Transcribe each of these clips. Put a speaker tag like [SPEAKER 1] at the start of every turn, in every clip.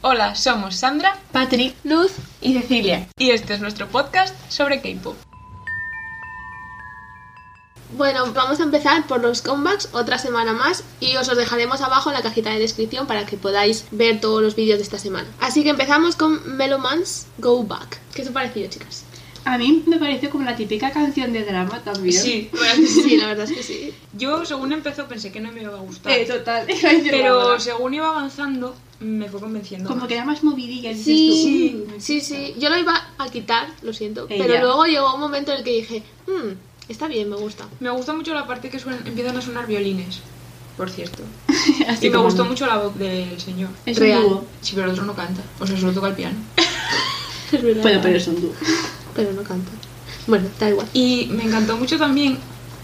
[SPEAKER 1] Hola, somos Sandra,
[SPEAKER 2] Patrick, Luz y Cecilia.
[SPEAKER 1] y este es nuestro podcast sobre K-pop.
[SPEAKER 2] Bueno, vamos a empezar por los comebacks otra semana más y os los dejaremos abajo en la cajita de descripción para que podáis ver todos los vídeos de esta semana. Así que empezamos con Meloman's Go Back. ¿Qué os ha parecido, chicas?
[SPEAKER 3] A mí me parece como la típica canción de drama también.
[SPEAKER 2] Sí, la verdad es que sí.
[SPEAKER 1] yo según empezó pensé que no me iba a gustar,
[SPEAKER 3] Eh, total.
[SPEAKER 1] pero según iba avanzando me fue convenciendo.
[SPEAKER 3] como
[SPEAKER 1] más.
[SPEAKER 3] que era más movidilla. dices
[SPEAKER 2] Sí,
[SPEAKER 3] tú.
[SPEAKER 2] sí, sí. Yo lo iba a quitar, lo siento,
[SPEAKER 3] Eh,
[SPEAKER 2] pero
[SPEAKER 3] ya.
[SPEAKER 2] luego llegó un momento en el que dije, "Mm, está bien, me gusta.
[SPEAKER 1] Me gusta mucho la parte que suenan- empiezan a sonar violines, por cierto.
[SPEAKER 3] Así
[SPEAKER 1] Y me
[SPEAKER 3] como-
[SPEAKER 1] gustó mucho la voz del señor.
[SPEAKER 3] Es
[SPEAKER 2] Real.
[SPEAKER 3] un dúo.
[SPEAKER 1] Sí, pero el otro no canta, o sea, solo toca el piano.
[SPEAKER 2] Es verdad.
[SPEAKER 3] Bueno, pero es un dúo.
[SPEAKER 2] Pero no canta. Bueno, da igual.
[SPEAKER 1] Y me encantó mucho también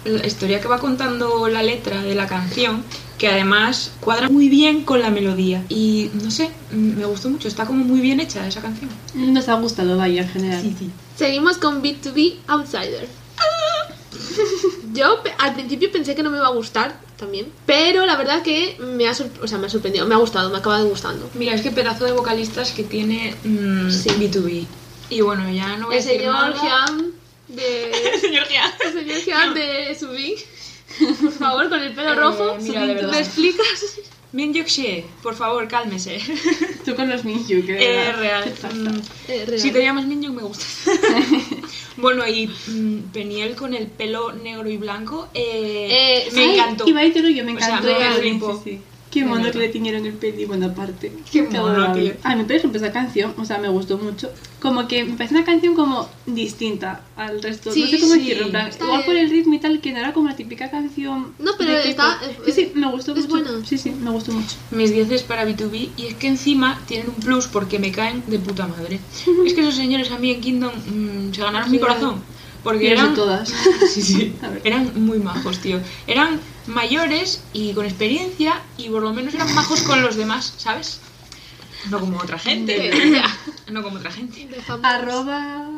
[SPEAKER 1] la historia que va contando la letra de la canción, que además cuadra muy bien con la melodía. Y no sé, mm, me gustó mucho, está como muy bien hecha esa canción.
[SPEAKER 3] Nos ha gustado vaya en general.
[SPEAKER 1] sí.
[SPEAKER 2] Seguimos con B2B Outsider. Yo pe- al principio pensé que no me iba a gustar también, pero la verdad que me ha, sor- o sea, me ha sorprendido, me ha gustado, me ha acabado gustando.
[SPEAKER 1] Mira, es que pedazo de vocalistas que tiene mm,
[SPEAKER 2] Sí.
[SPEAKER 1] B2B. Y bueno, ya no voy a
[SPEAKER 2] El
[SPEAKER 1] decir
[SPEAKER 2] señor
[SPEAKER 1] nada.
[SPEAKER 2] Hyam de
[SPEAKER 1] El señor Gian.
[SPEAKER 2] el señor Hyam de Subi. Por favor, con el pelo
[SPEAKER 1] Eh,
[SPEAKER 2] rojo,
[SPEAKER 1] mira,
[SPEAKER 2] Subin,
[SPEAKER 1] de
[SPEAKER 2] ¿tú
[SPEAKER 1] verdad.
[SPEAKER 2] me explicas?
[SPEAKER 1] Min Yuk-shee, por favor, cálmese.
[SPEAKER 3] Tú con los Minju, que
[SPEAKER 1] Eh,
[SPEAKER 3] era-
[SPEAKER 1] real. Mm,
[SPEAKER 2] Eh, real.
[SPEAKER 1] Si te llamas Min Yuk, me gusta. bueno, y mm, Peniel con el pelo negro y blanco, eh,
[SPEAKER 2] Eh,
[SPEAKER 1] me
[SPEAKER 2] sí,
[SPEAKER 3] Ay,
[SPEAKER 1] encantó.
[SPEAKER 3] Iba a decirlo yo, me
[SPEAKER 1] O sea,
[SPEAKER 3] encantó.
[SPEAKER 1] me
[SPEAKER 3] Sí,
[SPEAKER 1] flipó.
[SPEAKER 3] sí, sí. Qué
[SPEAKER 1] Me
[SPEAKER 3] mono que
[SPEAKER 1] encantó.
[SPEAKER 3] le tiñeron el peli, bueno, aparte.
[SPEAKER 1] Qué mono,
[SPEAKER 3] adorable.
[SPEAKER 1] tío.
[SPEAKER 3] A mí, pero supe esa canción, o sea, me gustó mucho. Como que me parece una canción como distinta al resto.
[SPEAKER 2] Sí,
[SPEAKER 3] no sé cómo
[SPEAKER 2] sí,
[SPEAKER 3] decirlo, en plan,
[SPEAKER 2] está
[SPEAKER 3] igual
[SPEAKER 2] bien.
[SPEAKER 3] por el ritmo y tal, que no era como la típica canción.
[SPEAKER 2] No, pero
[SPEAKER 3] de
[SPEAKER 2] está-
[SPEAKER 3] K-pop. Sí,
[SPEAKER 2] es-
[SPEAKER 3] sí, me gustó
[SPEAKER 2] es
[SPEAKER 3] mucho.
[SPEAKER 2] buena.
[SPEAKER 3] Sí, sí, me gustó mucho.
[SPEAKER 1] Mis 10 es para B2B y es que encima tienen un plus porque me caen de puta madre. Es que esos señores a mí en Kingdom mm, se ganaron mi
[SPEAKER 2] Sí.
[SPEAKER 1] corazón. Porque
[SPEAKER 3] Quiero
[SPEAKER 1] eran,
[SPEAKER 3] ser todas.
[SPEAKER 1] Sí, sí.
[SPEAKER 3] A ver.
[SPEAKER 1] eran muy majos, tío. Eran mayores y con experiencia y por lo menos eran majos con los demás, ¿sabes? No como otra gente. pero- no como otra gente.
[SPEAKER 2] De famosos.
[SPEAKER 3] Arroba.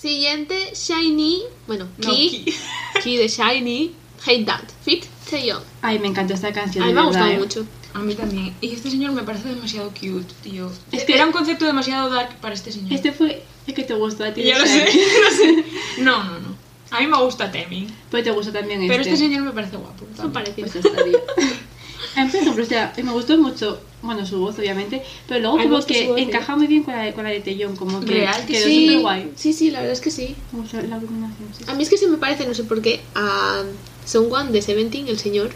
[SPEAKER 2] Siguiente, Shiny, bueno,
[SPEAKER 1] No,
[SPEAKER 2] Ki,
[SPEAKER 1] Ki.
[SPEAKER 2] Ki de Shiny, Hate That, Fit, Taeyong.
[SPEAKER 3] Ay, me encantó esta canción.
[SPEAKER 2] A mí me
[SPEAKER 3] de
[SPEAKER 2] ha
[SPEAKER 3] verdad,
[SPEAKER 2] gustado
[SPEAKER 3] eh.
[SPEAKER 2] mucho.
[SPEAKER 1] A mí también. Y este señor me parece demasiado cute, tío. Es
[SPEAKER 3] Es que-
[SPEAKER 1] que era un concepto demasiado dark para este señor.
[SPEAKER 3] Este fue el que te gustó a ti.
[SPEAKER 1] Ya lo sé,
[SPEAKER 3] Shai.
[SPEAKER 1] lo sé. No, no, no. A mí me gusta Temi.
[SPEAKER 3] Pero pues te gustó también
[SPEAKER 1] Pero este señor me parece guapo.
[SPEAKER 2] Son parecidos.
[SPEAKER 3] Pues está bien. A mí, por ejemplo, o sea, me gustó mucho, bueno, su voz, obviamente, pero luego
[SPEAKER 1] Ay, me
[SPEAKER 3] como
[SPEAKER 1] gusta
[SPEAKER 3] que
[SPEAKER 1] su voz, eh.
[SPEAKER 3] encaja muy bien con la de, con la de Taeyong, como que
[SPEAKER 1] Real que
[SPEAKER 3] quedó
[SPEAKER 1] sí.
[SPEAKER 3] súper guay.
[SPEAKER 2] sí, sí, la verdad es que sí.
[SPEAKER 3] Me gustó la combinación, sí.
[SPEAKER 2] A mí es que se me parece, no sé por qué, a Songwan de Seventeen, el señor.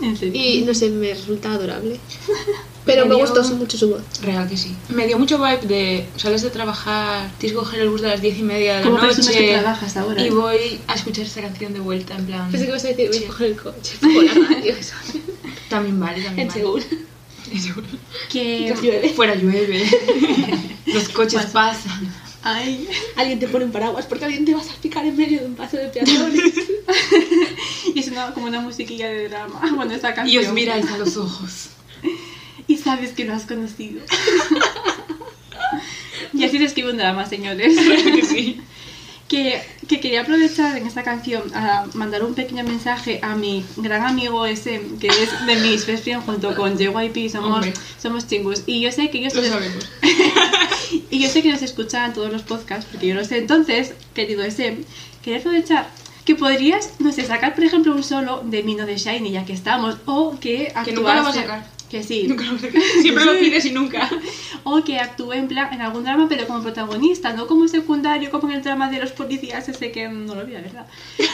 [SPEAKER 3] En serio.
[SPEAKER 2] Y no sé, me resulta adorable. Pero me
[SPEAKER 1] Medio-
[SPEAKER 2] gusta mucho su voz.
[SPEAKER 1] Real que sí. Me dio mucho vibe de sales de trabajar, tienes que coger el bus de las 10 y media de
[SPEAKER 3] Como
[SPEAKER 1] la
[SPEAKER 3] personas que
[SPEAKER 1] noche
[SPEAKER 3] trabajas ahora. ¿eh?
[SPEAKER 1] y voy a escuchar esta canción de vuelta en plan.
[SPEAKER 2] Pensé que ibas a decir, voy a coger el coche por la radio, eso.
[SPEAKER 1] También vale, Eh, también
[SPEAKER 2] En
[SPEAKER 1] vale.
[SPEAKER 2] Seúl.
[SPEAKER 1] En seguro.
[SPEAKER 3] que...
[SPEAKER 1] Fuera llueve. Los coches
[SPEAKER 3] Pasa.
[SPEAKER 1] pasan.
[SPEAKER 3] Ay.
[SPEAKER 2] Alguien te pone un paraguas porque alguien te va a salpicar en medio de un paso de peatones.
[SPEAKER 3] Y sonaba como una musiquilla de drama. Bueno, esta
[SPEAKER 1] Y
[SPEAKER 3] canción.
[SPEAKER 1] os miráis a los ojos.
[SPEAKER 3] Y sabes que lo has conocido. y así se escribe un drama, señores.
[SPEAKER 1] Claro que sí.
[SPEAKER 3] que, que quería aprovechar en esta canción a mandar un pequeño mensaje a mi gran amigo ese que es de mis best friend junto con JYP somos
[SPEAKER 1] Hombre.
[SPEAKER 3] somos chingus y yo sé que ellos
[SPEAKER 1] Lo sabemos.
[SPEAKER 3] y yo sé que nos escuchan todos los podcasts porque yo lo sé entonces querido ese quería aprovechar que podrías no sé sacar por ejemplo un solo de Mino de Shiny ya que estamos o que
[SPEAKER 1] Que nunca lo va a
[SPEAKER 3] actuase-
[SPEAKER 1] sacar.
[SPEAKER 3] que sí
[SPEAKER 1] Nunca lo sacas. Siempre lo pides y nunca.
[SPEAKER 3] o que actúe en plan en algún drama pero como protagonista, no como secundario, como en el drama de los policías, ese que no lo vi, la verdad.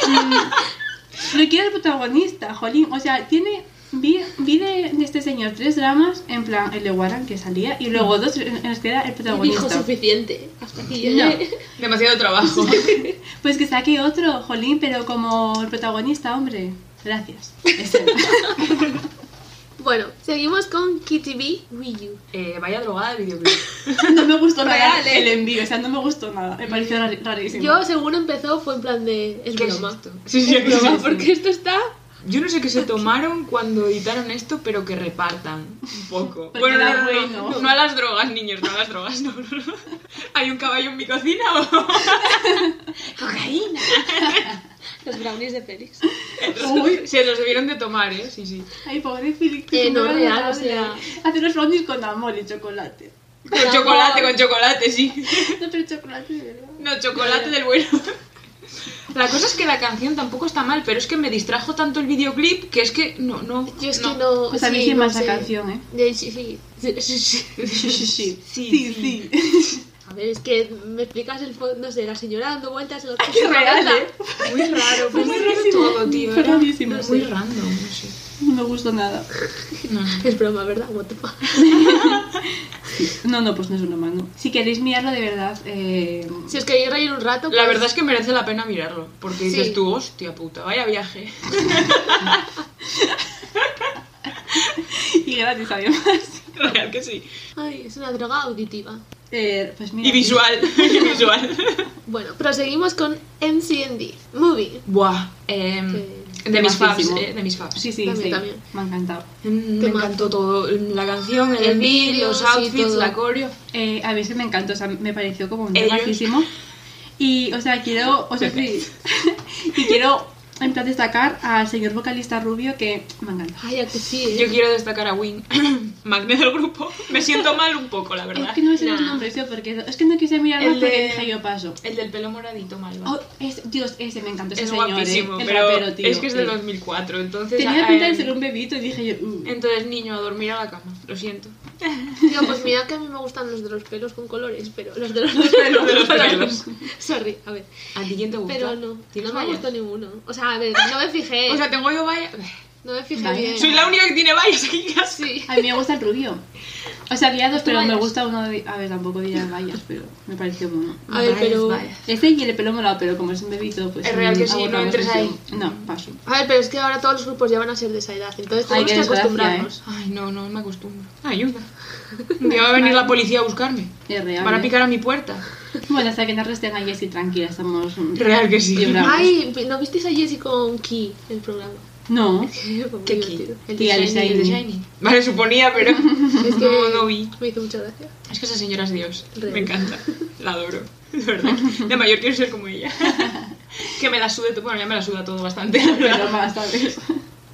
[SPEAKER 3] Mm, lo quiero el protagonista, jolín, o sea, tiene... Vi, vi de, de este señor tres dramas, en plan el de Warren que salía, y luego dos en en los que era el
[SPEAKER 2] Y dijo
[SPEAKER 3] protagonista.
[SPEAKER 2] suficiente. Hasta aquí
[SPEAKER 3] No.
[SPEAKER 2] llegué.
[SPEAKER 1] Demasiado trabajo.
[SPEAKER 3] Pues que saque otro, jolín, pero como el protagonista, hombre. Gracias. Ese.
[SPEAKER 2] Bueno, seguimos con Kitty B. Wii U.
[SPEAKER 1] Eh, vaya drogada el videoclip.
[SPEAKER 3] No me gustó nada
[SPEAKER 2] Real, ¿eh?
[SPEAKER 3] el envío, o sea, no me gustó nada. Me pareció rari- rarísimo.
[SPEAKER 2] Yo, según empezó, fue en plan de. Es
[SPEAKER 1] ¿Qué es
[SPEAKER 2] broma.
[SPEAKER 1] esto? Sí, sí,
[SPEAKER 2] Es broma,
[SPEAKER 1] sí, sí.
[SPEAKER 2] porque esto está.
[SPEAKER 1] Yo no sé qué se tomaron cuando editaron esto, pero que repartan un poco.
[SPEAKER 3] Porque da
[SPEAKER 1] no, no, no,
[SPEAKER 3] bueno.
[SPEAKER 1] no a las drogas, niños, no a las drogas. No, no, no. ¿Hay un caballo en mi cocina o...? ¡Cocaína!
[SPEAKER 2] Los brownies de Félix.
[SPEAKER 1] Uy, se los debieron de tomar, ¿eh? Sí, sí.
[SPEAKER 3] Ay, pobre Félix.
[SPEAKER 2] Eh,
[SPEAKER 3] que
[SPEAKER 2] no,
[SPEAKER 3] se me
[SPEAKER 2] real,
[SPEAKER 3] va a
[SPEAKER 2] o sea-
[SPEAKER 3] Hacer los brownies con amor y chocolate.
[SPEAKER 2] Con
[SPEAKER 1] Con chocolate, con chocolate, sí.
[SPEAKER 3] No, pero chocolate de verdad.
[SPEAKER 1] No, chocolate del bueno. La cosa es que la canción tampoco está mal, pero es que me distrajo tanto el videoclip que es que no, no.
[SPEAKER 2] Yo es que no.
[SPEAKER 3] Pues a mí
[SPEAKER 2] Oh, sí,
[SPEAKER 3] sí
[SPEAKER 2] no
[SPEAKER 3] más la
[SPEAKER 2] sé.
[SPEAKER 3] canción, ¿eh?
[SPEAKER 2] De- sí, sí. Sí, sí, sí.
[SPEAKER 3] Sí, sí, sí.
[SPEAKER 1] Sí,
[SPEAKER 3] sí.
[SPEAKER 2] A ver, es que me explicas el fondo, no sé, la señora dando vueltas en la
[SPEAKER 3] Qué real, ¿eh?
[SPEAKER 1] Muy raro, fue muy raro
[SPEAKER 3] rarísimo.
[SPEAKER 1] todo, tío.
[SPEAKER 3] Fue
[SPEAKER 1] era
[SPEAKER 3] rarísimo,
[SPEAKER 1] Muy
[SPEAKER 3] sí.
[SPEAKER 1] random, no sé.
[SPEAKER 3] No me gustó nada.
[SPEAKER 1] No, no.
[SPEAKER 2] Es broma, ¿verdad? What the fuck.
[SPEAKER 3] No, no, pues no es una mano. Si queréis mirarlo de verdad, eh...
[SPEAKER 2] Si os queréis reír un rato,
[SPEAKER 1] La
[SPEAKER 2] pues-
[SPEAKER 1] verdad es que merece la pena mirarlo, porque dices
[SPEAKER 2] Sí.
[SPEAKER 1] tú, hostia puta, vaya viaje.
[SPEAKER 3] y gratis además.
[SPEAKER 1] Real que sí.
[SPEAKER 2] Ay, es una droga auditiva.
[SPEAKER 3] Eh, pues mira.
[SPEAKER 1] Y visual, y visual.
[SPEAKER 2] Bueno, proseguimos con MCND. Movie.
[SPEAKER 1] Buah, em,
[SPEAKER 2] Sí.
[SPEAKER 1] de mis faves,
[SPEAKER 3] Temazísimo.
[SPEAKER 1] eh, de mis faves.
[SPEAKER 3] Sí, sí,
[SPEAKER 2] También,
[SPEAKER 3] sí.
[SPEAKER 2] también.
[SPEAKER 3] Me ha encantado.
[SPEAKER 1] Mm, Me
[SPEAKER 2] Temazo.
[SPEAKER 1] encantó todo, la canción, el,
[SPEAKER 2] El
[SPEAKER 1] beat,
[SPEAKER 2] vídeo,
[SPEAKER 1] los
[SPEAKER 2] sí,
[SPEAKER 1] outfits,
[SPEAKER 2] todo.
[SPEAKER 1] la coreo.
[SPEAKER 3] Eh, a mí se me encantó, o sea, me pareció como un
[SPEAKER 1] Ellos.
[SPEAKER 3] bajísimo. Y, o sea, quiero, o sea, sí. y quiero, en plan, destacar al señor vocalista rubio que me encanta.
[SPEAKER 2] Ay, a que sí,
[SPEAKER 1] Yo
[SPEAKER 2] ¿eh?
[SPEAKER 1] quiero destacar a Win, magnet del grupo. Me siento mal un poco, la
[SPEAKER 3] Es
[SPEAKER 1] verdad.
[SPEAKER 3] que no me sé los
[SPEAKER 2] Nah.
[SPEAKER 3] nombres, tío, porque es que no quise mirar más
[SPEAKER 1] El
[SPEAKER 3] porque
[SPEAKER 1] de-
[SPEAKER 3] dije yo paso.
[SPEAKER 1] El del pelo moradito, malva.
[SPEAKER 3] Oh, es- Dios, ese me encanta, ese
[SPEAKER 1] es
[SPEAKER 3] señor, eh,
[SPEAKER 1] guapísimo,
[SPEAKER 3] el
[SPEAKER 1] pero
[SPEAKER 3] rapero, tío.
[SPEAKER 1] es que es del
[SPEAKER 3] Eh,
[SPEAKER 1] 2004, entonces...
[SPEAKER 3] Tenía
[SPEAKER 1] ah,
[SPEAKER 3] pinta de
[SPEAKER 1] em,
[SPEAKER 3] ser un bebito y dije yo, "Uh".
[SPEAKER 1] Entonces, niño, a dormir a la cama, lo siento.
[SPEAKER 2] Tío, pues mira que a mí me gustan los de los pelos con colores, pero los de los,
[SPEAKER 1] pelos, los pelos.
[SPEAKER 2] Sorry, a ver.
[SPEAKER 1] ¿A ti quién te gusta?
[SPEAKER 2] Pero no, no
[SPEAKER 1] ¿Tienes
[SPEAKER 2] me
[SPEAKER 1] vallas?
[SPEAKER 2] gustó ninguno. O sea, a ver, no me fijé.
[SPEAKER 1] O sea, tengo yo vallas...
[SPEAKER 2] no me fijé
[SPEAKER 3] Vale.
[SPEAKER 2] bien.
[SPEAKER 1] Soy la única que tiene vallas aquí en casa.
[SPEAKER 2] Sí.
[SPEAKER 3] A mí me gusta el rubio. O sea, había dos,
[SPEAKER 2] ¿Tú
[SPEAKER 3] pero me
[SPEAKER 2] vayas?
[SPEAKER 3] gusta uno de... A ver, tampoco diría vallas, pero me pareció bueno.
[SPEAKER 2] A ver, pero-
[SPEAKER 3] Este y el pelo morado, pero como es un bebito, pues...
[SPEAKER 1] Es real que
[SPEAKER 3] mm,
[SPEAKER 1] sí,
[SPEAKER 3] hago
[SPEAKER 1] no
[SPEAKER 3] otra
[SPEAKER 1] entres
[SPEAKER 3] versión. No, paso.
[SPEAKER 2] A ver, pero es que ahora todos los grupos ya van a ser de esa edad, entonces
[SPEAKER 3] Ay,
[SPEAKER 2] tenemos
[SPEAKER 3] qué
[SPEAKER 2] que
[SPEAKER 3] desgracia, eh.
[SPEAKER 2] acostumbrarnos.
[SPEAKER 1] Ay, no, no me acostumbro. Ayuda. Un día va a venir la policía a buscarme.
[SPEAKER 3] Es real.
[SPEAKER 1] Van a
[SPEAKER 3] ¿eh?
[SPEAKER 1] picar a mi puerta.
[SPEAKER 3] Bueno, hasta que nos resten a Jessie tranquila, estamos... mm,
[SPEAKER 1] Real que sí.
[SPEAKER 3] bien bravos.
[SPEAKER 2] Ay, ¿no visteis a Jessie con Key el programa?
[SPEAKER 3] No.
[SPEAKER 2] Fue muy
[SPEAKER 1] ¿Qué
[SPEAKER 2] divertido. El
[SPEAKER 3] Tía,
[SPEAKER 2] de
[SPEAKER 3] el
[SPEAKER 2] Shiny.
[SPEAKER 3] Shiny.
[SPEAKER 1] de Vale, suponía, pero
[SPEAKER 2] Es que
[SPEAKER 1] no, no vi.
[SPEAKER 2] me hizo mucha gracia.
[SPEAKER 1] Es que esa señora es Dios.
[SPEAKER 2] Real.
[SPEAKER 1] Me encanta. La adoro. De verdad. De mayor quiero ser como ella. que me la sude todo. Bueno, ya me la suda todo bastante. la
[SPEAKER 3] Pero
[SPEAKER 1] verdad.
[SPEAKER 3] más, ¿sabes?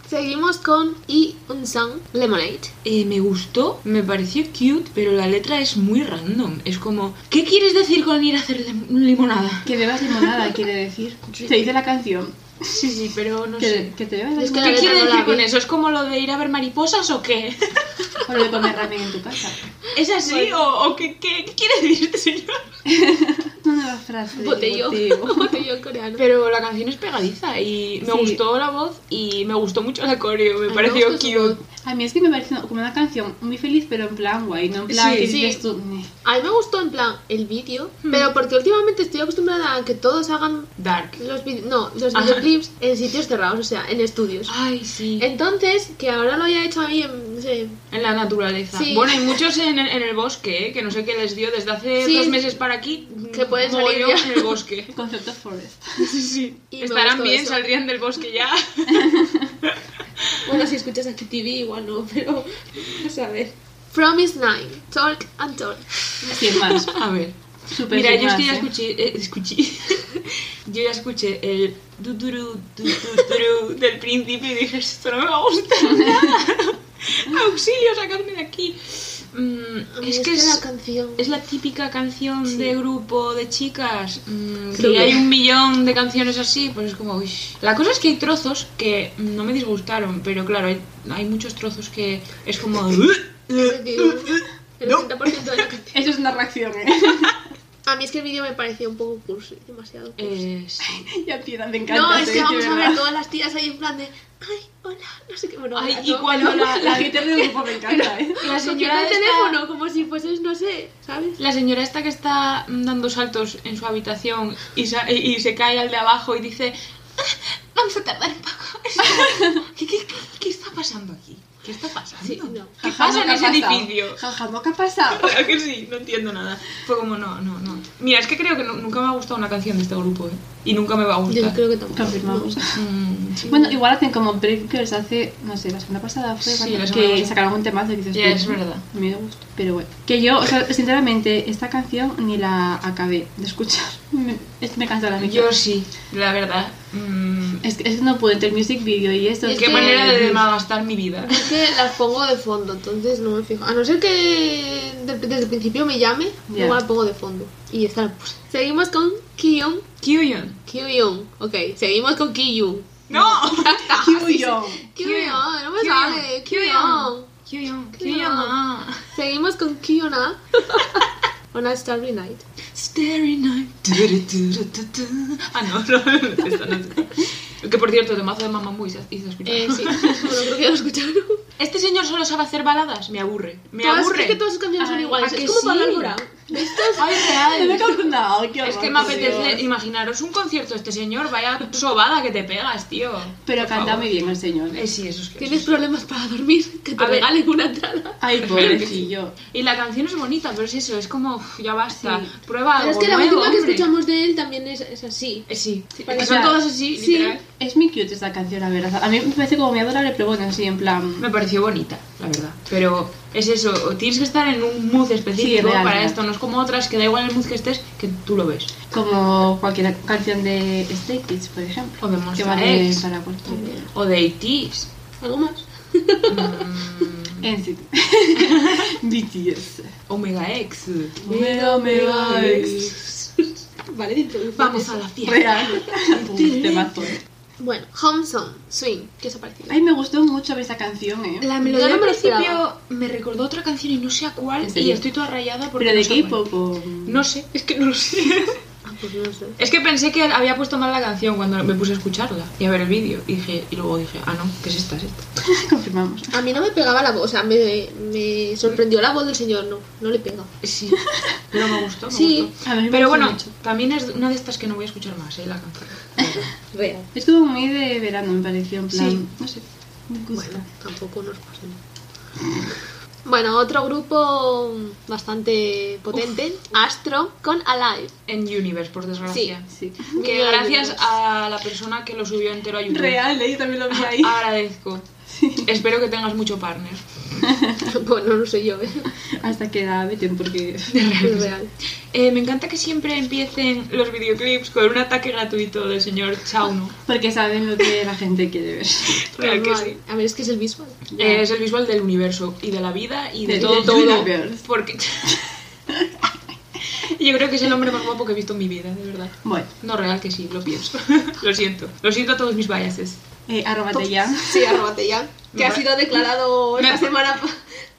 [SPEAKER 2] Seguimos con Y Unsung Lemonade.
[SPEAKER 1] Eh, me gustó, me pareció cute, pero la letra es muy random. Es como, ¿qué quieres decir con ir a hacer lim- limonada?
[SPEAKER 3] Que bebas limonada, quiere decir. Se dice la canción.
[SPEAKER 1] Sí, sí, pero no
[SPEAKER 3] Que, que te bebas
[SPEAKER 2] Es que
[SPEAKER 3] limonada
[SPEAKER 1] ¿Qué
[SPEAKER 2] la
[SPEAKER 1] quiere
[SPEAKER 2] letra no
[SPEAKER 1] decir
[SPEAKER 2] la vi.
[SPEAKER 1] con eso? ¿Es como lo de ir a ver mariposas o qué?
[SPEAKER 3] o lo de comer ramen en tu casa.
[SPEAKER 1] ¿Es así o, o qué, qué- qué quiere decir este señor?
[SPEAKER 3] Una nueva frase. de
[SPEAKER 2] Botellón.
[SPEAKER 3] boteo.
[SPEAKER 2] Botellón coreano.
[SPEAKER 1] Pero la canción es pegadiza y me
[SPEAKER 3] Sí.
[SPEAKER 1] gustó la voz y me gustó mucho la coreo, me
[SPEAKER 2] me
[SPEAKER 1] pareció
[SPEAKER 2] gusta su
[SPEAKER 1] cute.
[SPEAKER 2] voz.
[SPEAKER 3] A mí es que me parece una- como una canción muy feliz, pero en plan guay, no en plan
[SPEAKER 1] Sí,
[SPEAKER 3] que
[SPEAKER 2] sí.
[SPEAKER 3] dices tú. "Neh".
[SPEAKER 2] A mí me gustó en plan el vídeo,
[SPEAKER 1] Hmm.
[SPEAKER 2] pero porque últimamente estoy acostumbrada a que todos hagan
[SPEAKER 1] Dark.
[SPEAKER 2] los vide- no, los
[SPEAKER 1] Ajá.
[SPEAKER 2] videoclips en sitios cerrados, o sea, en estudios.
[SPEAKER 1] Ay, sí. En,
[SPEAKER 2] Entonces, que ahora lo haya hecho ahí en, no sé,
[SPEAKER 1] la naturaleza.
[SPEAKER 2] Sí.
[SPEAKER 1] Bueno, hay muchos en el, en el bosque, eh, que no sé qué les dio desde hace
[SPEAKER 2] Sí.
[SPEAKER 1] dos meses para aquí.
[SPEAKER 2] Que pueden salir
[SPEAKER 1] mogollón
[SPEAKER 2] ya.
[SPEAKER 1] en el bosque.
[SPEAKER 3] El concepto forest.
[SPEAKER 1] Sí, sí.
[SPEAKER 2] Y me
[SPEAKER 1] Estarán
[SPEAKER 2] gustó
[SPEAKER 1] bien,
[SPEAKER 2] eso.
[SPEAKER 1] saldrían del bosque ya.
[SPEAKER 2] bueno, si escuchas aquí TV igual no, pero a ver. Promise Nine, Talk and Talk.
[SPEAKER 3] Sin más.
[SPEAKER 1] A ver.
[SPEAKER 3] Super
[SPEAKER 1] Mira,
[SPEAKER 3] sin
[SPEAKER 1] yo es
[SPEAKER 3] más,
[SPEAKER 1] que ya
[SPEAKER 3] ¿eh?
[SPEAKER 1] escuché, eh, escuché. yo ya escuché el du duru, du, du, duru del príncipe y dije, esto no me va a gustar nada. Auxilio, sacadme de aquí. Mm,
[SPEAKER 2] Ay,
[SPEAKER 1] es que es,
[SPEAKER 2] la canción.
[SPEAKER 1] es la típica canción de grupo de chicas. mm,
[SPEAKER 2] Sí.
[SPEAKER 1] que hay un millón de canciones así, pues es como, uy. La cosa es que hay trozos que mm, no me disgustaron, pero claro, hay, hay muchos trozos que es como...
[SPEAKER 2] El
[SPEAKER 1] No.
[SPEAKER 2] 80% de la canción.
[SPEAKER 3] Eso es una reacción, ¿eh?
[SPEAKER 2] A mí es que el vídeo me parecía un poco cursi, demasiado cursi.
[SPEAKER 1] eh, este sí.
[SPEAKER 3] ya piedad, me encanta.
[SPEAKER 2] No, es
[SPEAKER 3] sí,
[SPEAKER 2] que
[SPEAKER 3] de
[SPEAKER 2] vamos a ver
[SPEAKER 3] verdad.
[SPEAKER 2] todas las tías ahí en plan de, ay, hola, no sé qué, bueno,
[SPEAKER 1] Ay,
[SPEAKER 2] hola,
[SPEAKER 1] y
[SPEAKER 2] no,
[SPEAKER 1] cuando
[SPEAKER 2] pero-
[SPEAKER 1] la-
[SPEAKER 3] La gente del grupo me encanta, ¿eh?
[SPEAKER 1] La
[SPEAKER 2] Cogiendo
[SPEAKER 1] señora
[SPEAKER 2] el
[SPEAKER 1] esta-
[SPEAKER 2] teléfono como si fueses, no sé, ¿sabes?
[SPEAKER 1] La señora esta que está mm, dando saltos en su habitación y, sa- y- y se cae al de abajo y dice, "Ah, vamos a tardar un poco. ¿Qué, qué, qué, qué está pasando aquí? ¿Qué está pasando?
[SPEAKER 2] Sí, no.
[SPEAKER 1] ¿Qué
[SPEAKER 3] Jaja,
[SPEAKER 1] pasa en
[SPEAKER 3] ¿no
[SPEAKER 1] ese
[SPEAKER 3] que ha pasado?
[SPEAKER 1] edificio?
[SPEAKER 3] Jaja, ¿no que ha pasado?
[SPEAKER 1] Claro que sí, no entiendo nada. Fue como, no, no, no. Mira, es que creo que nu- nunca me ha gustado una canción de este grupo, ¿eh? y nunca me va a
[SPEAKER 2] Yo
[SPEAKER 1] gustar.
[SPEAKER 2] creo que tampoco.
[SPEAKER 3] Confirmamos.
[SPEAKER 2] No.
[SPEAKER 1] Mm, sí.
[SPEAKER 3] Bueno, igual hacen como Brave Girls hace, no sé, la semana pasada fue
[SPEAKER 1] Sí,
[SPEAKER 3] cuando-
[SPEAKER 1] la semana
[SPEAKER 3] que
[SPEAKER 1] pasada.
[SPEAKER 3] sacaron un temazo y dices,
[SPEAKER 1] Ya,
[SPEAKER 3] "Uy,
[SPEAKER 1] es verdad.
[SPEAKER 3] Me gusta, pero bueno. Que yo, o sea, sinceramente, esta canción ni la acabé de escuchar. Me, es- me cansa la mitad.
[SPEAKER 1] Yo sí, la verdad. Mm,
[SPEAKER 3] Es que es que no puedo entre el music video y esto.
[SPEAKER 2] Es
[SPEAKER 1] qué
[SPEAKER 2] que-
[SPEAKER 1] manera de malgastar mi vida.
[SPEAKER 2] Es que las pongo de fondo, entonces no me fijo. A no ser que de- desde el principio me llame,
[SPEAKER 3] Ya.
[SPEAKER 2] igual la pongo de fondo. Y esta la puse. Seguimos con Kyung.
[SPEAKER 1] Kyuhyun.
[SPEAKER 2] Kyung. Ok, seguimos con Kyung.
[SPEAKER 1] ¡No! Ah,
[SPEAKER 3] Kyuhyun.
[SPEAKER 2] Kyung, no me
[SPEAKER 1] Kyuhyun,
[SPEAKER 2] sale. Kyung.
[SPEAKER 1] Kyuhyun. Kyuhyun.
[SPEAKER 2] Kyuhyun.
[SPEAKER 1] Kyuhyun. ah.
[SPEAKER 2] Seguimos con Kyuna. On a Starry Night.
[SPEAKER 1] Ah. Starry night. Turu, turu, tu, tu. Ah, no, no, no es esta, no es esta. Que por cierto, el mazo de Mamamoo hizo hizo escuchar.
[SPEAKER 2] Eh, sí, bueno, creo que ya lo escucharon.
[SPEAKER 1] Este señor solo sabe hacer baladas. Me aburre. Me
[SPEAKER 2] Todas-
[SPEAKER 1] aburre.
[SPEAKER 2] Es que todas sus canciones son
[SPEAKER 3] Ay,
[SPEAKER 2] iguales.
[SPEAKER 1] ¿a
[SPEAKER 2] Es
[SPEAKER 1] que
[SPEAKER 2] como
[SPEAKER 1] sí?
[SPEAKER 2] Pablo Alborán.
[SPEAKER 1] Ay, real.
[SPEAKER 3] No, qué
[SPEAKER 1] Es
[SPEAKER 3] horror,
[SPEAKER 1] que me
[SPEAKER 3] por
[SPEAKER 1] apetece,
[SPEAKER 3] Dios.
[SPEAKER 1] imaginaros un concierto de este señor, vaya sobada que te pegas, tío.
[SPEAKER 3] Pero
[SPEAKER 1] Por
[SPEAKER 3] canta
[SPEAKER 1] favor.
[SPEAKER 3] muy bien el señor.
[SPEAKER 1] Eh, sí, eso es que...
[SPEAKER 2] Tienes problemas para dormir, que te
[SPEAKER 1] A ver.
[SPEAKER 2] regalen una entrada.
[SPEAKER 3] Ay, pobrecillo.
[SPEAKER 1] Y la canción es bonita, pero es eso, es como, uf, ya basta,
[SPEAKER 3] Sí.
[SPEAKER 1] prueba
[SPEAKER 2] Pero
[SPEAKER 1] algo
[SPEAKER 2] es que la
[SPEAKER 1] nuevo,
[SPEAKER 2] última que
[SPEAKER 1] hombre.
[SPEAKER 2] escuchamos de él también es, es así.
[SPEAKER 1] Eh, sí, es
[SPEAKER 3] para
[SPEAKER 1] que
[SPEAKER 3] que sea-
[SPEAKER 1] son todas así,
[SPEAKER 2] sí.
[SPEAKER 1] literal.
[SPEAKER 3] Es muy cute esta canción, la verdad. A mí me parece como muy adorable, pero bueno, sí, en plan.
[SPEAKER 1] Me pareció bonita, la verdad. Pero es eso, o tienes que estar en un mood
[SPEAKER 3] Sí,
[SPEAKER 1] específico
[SPEAKER 3] real,
[SPEAKER 1] para
[SPEAKER 3] real.
[SPEAKER 1] esto, no es como otras que da igual el mood que estés, que tú lo ves.
[SPEAKER 3] Como cualquier canción de Stray Kids, por ejemplo.
[SPEAKER 1] O de
[SPEAKER 3] que
[SPEAKER 1] Monsta
[SPEAKER 3] vale
[SPEAKER 1] X,
[SPEAKER 3] para cualquier.
[SPEAKER 1] o de ITs.
[SPEAKER 2] ¿Algo más?
[SPEAKER 1] Mm,
[SPEAKER 3] NCT. BTS.
[SPEAKER 1] Omega X.
[SPEAKER 3] Omega, Omega X.
[SPEAKER 2] Vale, de introducción.
[SPEAKER 1] Vamos a la fiesta.
[SPEAKER 3] Real. Pum, temazo.
[SPEAKER 2] Bueno, Home Song, Swing. ¿Qué os ha parecido?
[SPEAKER 3] Ay, me gustó mucho esa canción, eh.
[SPEAKER 1] La
[SPEAKER 2] Yo
[SPEAKER 1] melodía
[SPEAKER 2] no
[SPEAKER 1] al
[SPEAKER 2] me lo
[SPEAKER 1] principio
[SPEAKER 2] esperaba.
[SPEAKER 1] me recordó otra canción y no sé a cuál
[SPEAKER 3] ¿En
[SPEAKER 1] y
[SPEAKER 3] serio?
[SPEAKER 1] estoy toda rayada porque
[SPEAKER 3] Pero
[SPEAKER 1] no
[SPEAKER 3] de
[SPEAKER 1] sé a
[SPEAKER 3] K-pop o.
[SPEAKER 1] cuál. No sé, es que no lo sé.
[SPEAKER 2] Ah, pues no sé.
[SPEAKER 1] es que pensé que había puesto mal la canción cuando me puse a escucharla y a ver el vídeo y dije y luego dije, ah no, ¿qué es esta? Es esta.
[SPEAKER 3] Confirmamos.
[SPEAKER 2] A mí no me pegaba la voz, o sea, me, me sorprendió la voz del señor, no, no le pega.
[SPEAKER 1] Sí, pero me gustó, me
[SPEAKER 2] Sí.
[SPEAKER 1] gustó.
[SPEAKER 3] A mí me
[SPEAKER 1] Pero
[SPEAKER 3] gustó
[SPEAKER 1] bueno,
[SPEAKER 3] mucho.
[SPEAKER 1] también es una de estas que no voy a escuchar más, eh, la canción.
[SPEAKER 2] Real.
[SPEAKER 3] Es como muy de verano, me pareció. En plan.
[SPEAKER 1] Sí.
[SPEAKER 3] No sé. Me gusta.
[SPEAKER 2] Bueno, tampoco nos pasa nada. Bueno, otro grupo bastante potente, Astro, con Alive.
[SPEAKER 1] En Universe, por desgracia.
[SPEAKER 3] Sí.
[SPEAKER 1] Que
[SPEAKER 2] Video de
[SPEAKER 1] gracias
[SPEAKER 2] Universe.
[SPEAKER 1] a la persona que lo subió entero a YouTube.
[SPEAKER 3] Real, eh. Yo también lo vi
[SPEAKER 1] Ah,
[SPEAKER 3] ahí.
[SPEAKER 1] Agradezco. Espero que tengas mucho partner.
[SPEAKER 2] Bueno, no soy yo, ¿eh?
[SPEAKER 3] Hasta que la veten, porque.
[SPEAKER 2] Es real.
[SPEAKER 1] Eh, me encanta que siempre empiecen los videoclips con un ataque gratuito del señor Chauno.
[SPEAKER 3] Porque saben lo que la gente quiere ver.
[SPEAKER 1] Real que
[SPEAKER 2] Normal.
[SPEAKER 1] sí.
[SPEAKER 2] A ver, es que es el visual.
[SPEAKER 1] Eh, es el visual del universo y de la vida y de,
[SPEAKER 3] Del-
[SPEAKER 1] todo.
[SPEAKER 3] del
[SPEAKER 1] todo
[SPEAKER 3] universe.
[SPEAKER 1] porque yo creo que es el hombre más guapo que he visto en mi vida, de verdad.
[SPEAKER 3] Bueno,
[SPEAKER 1] No, real que sí, lo pienso. lo siento. Lo siento a todos mis biases.
[SPEAKER 3] eh, arróbate ya.
[SPEAKER 2] Sí, arróbate ya. Que ha sido declarado
[SPEAKER 1] Me-
[SPEAKER 2] esta semana pa-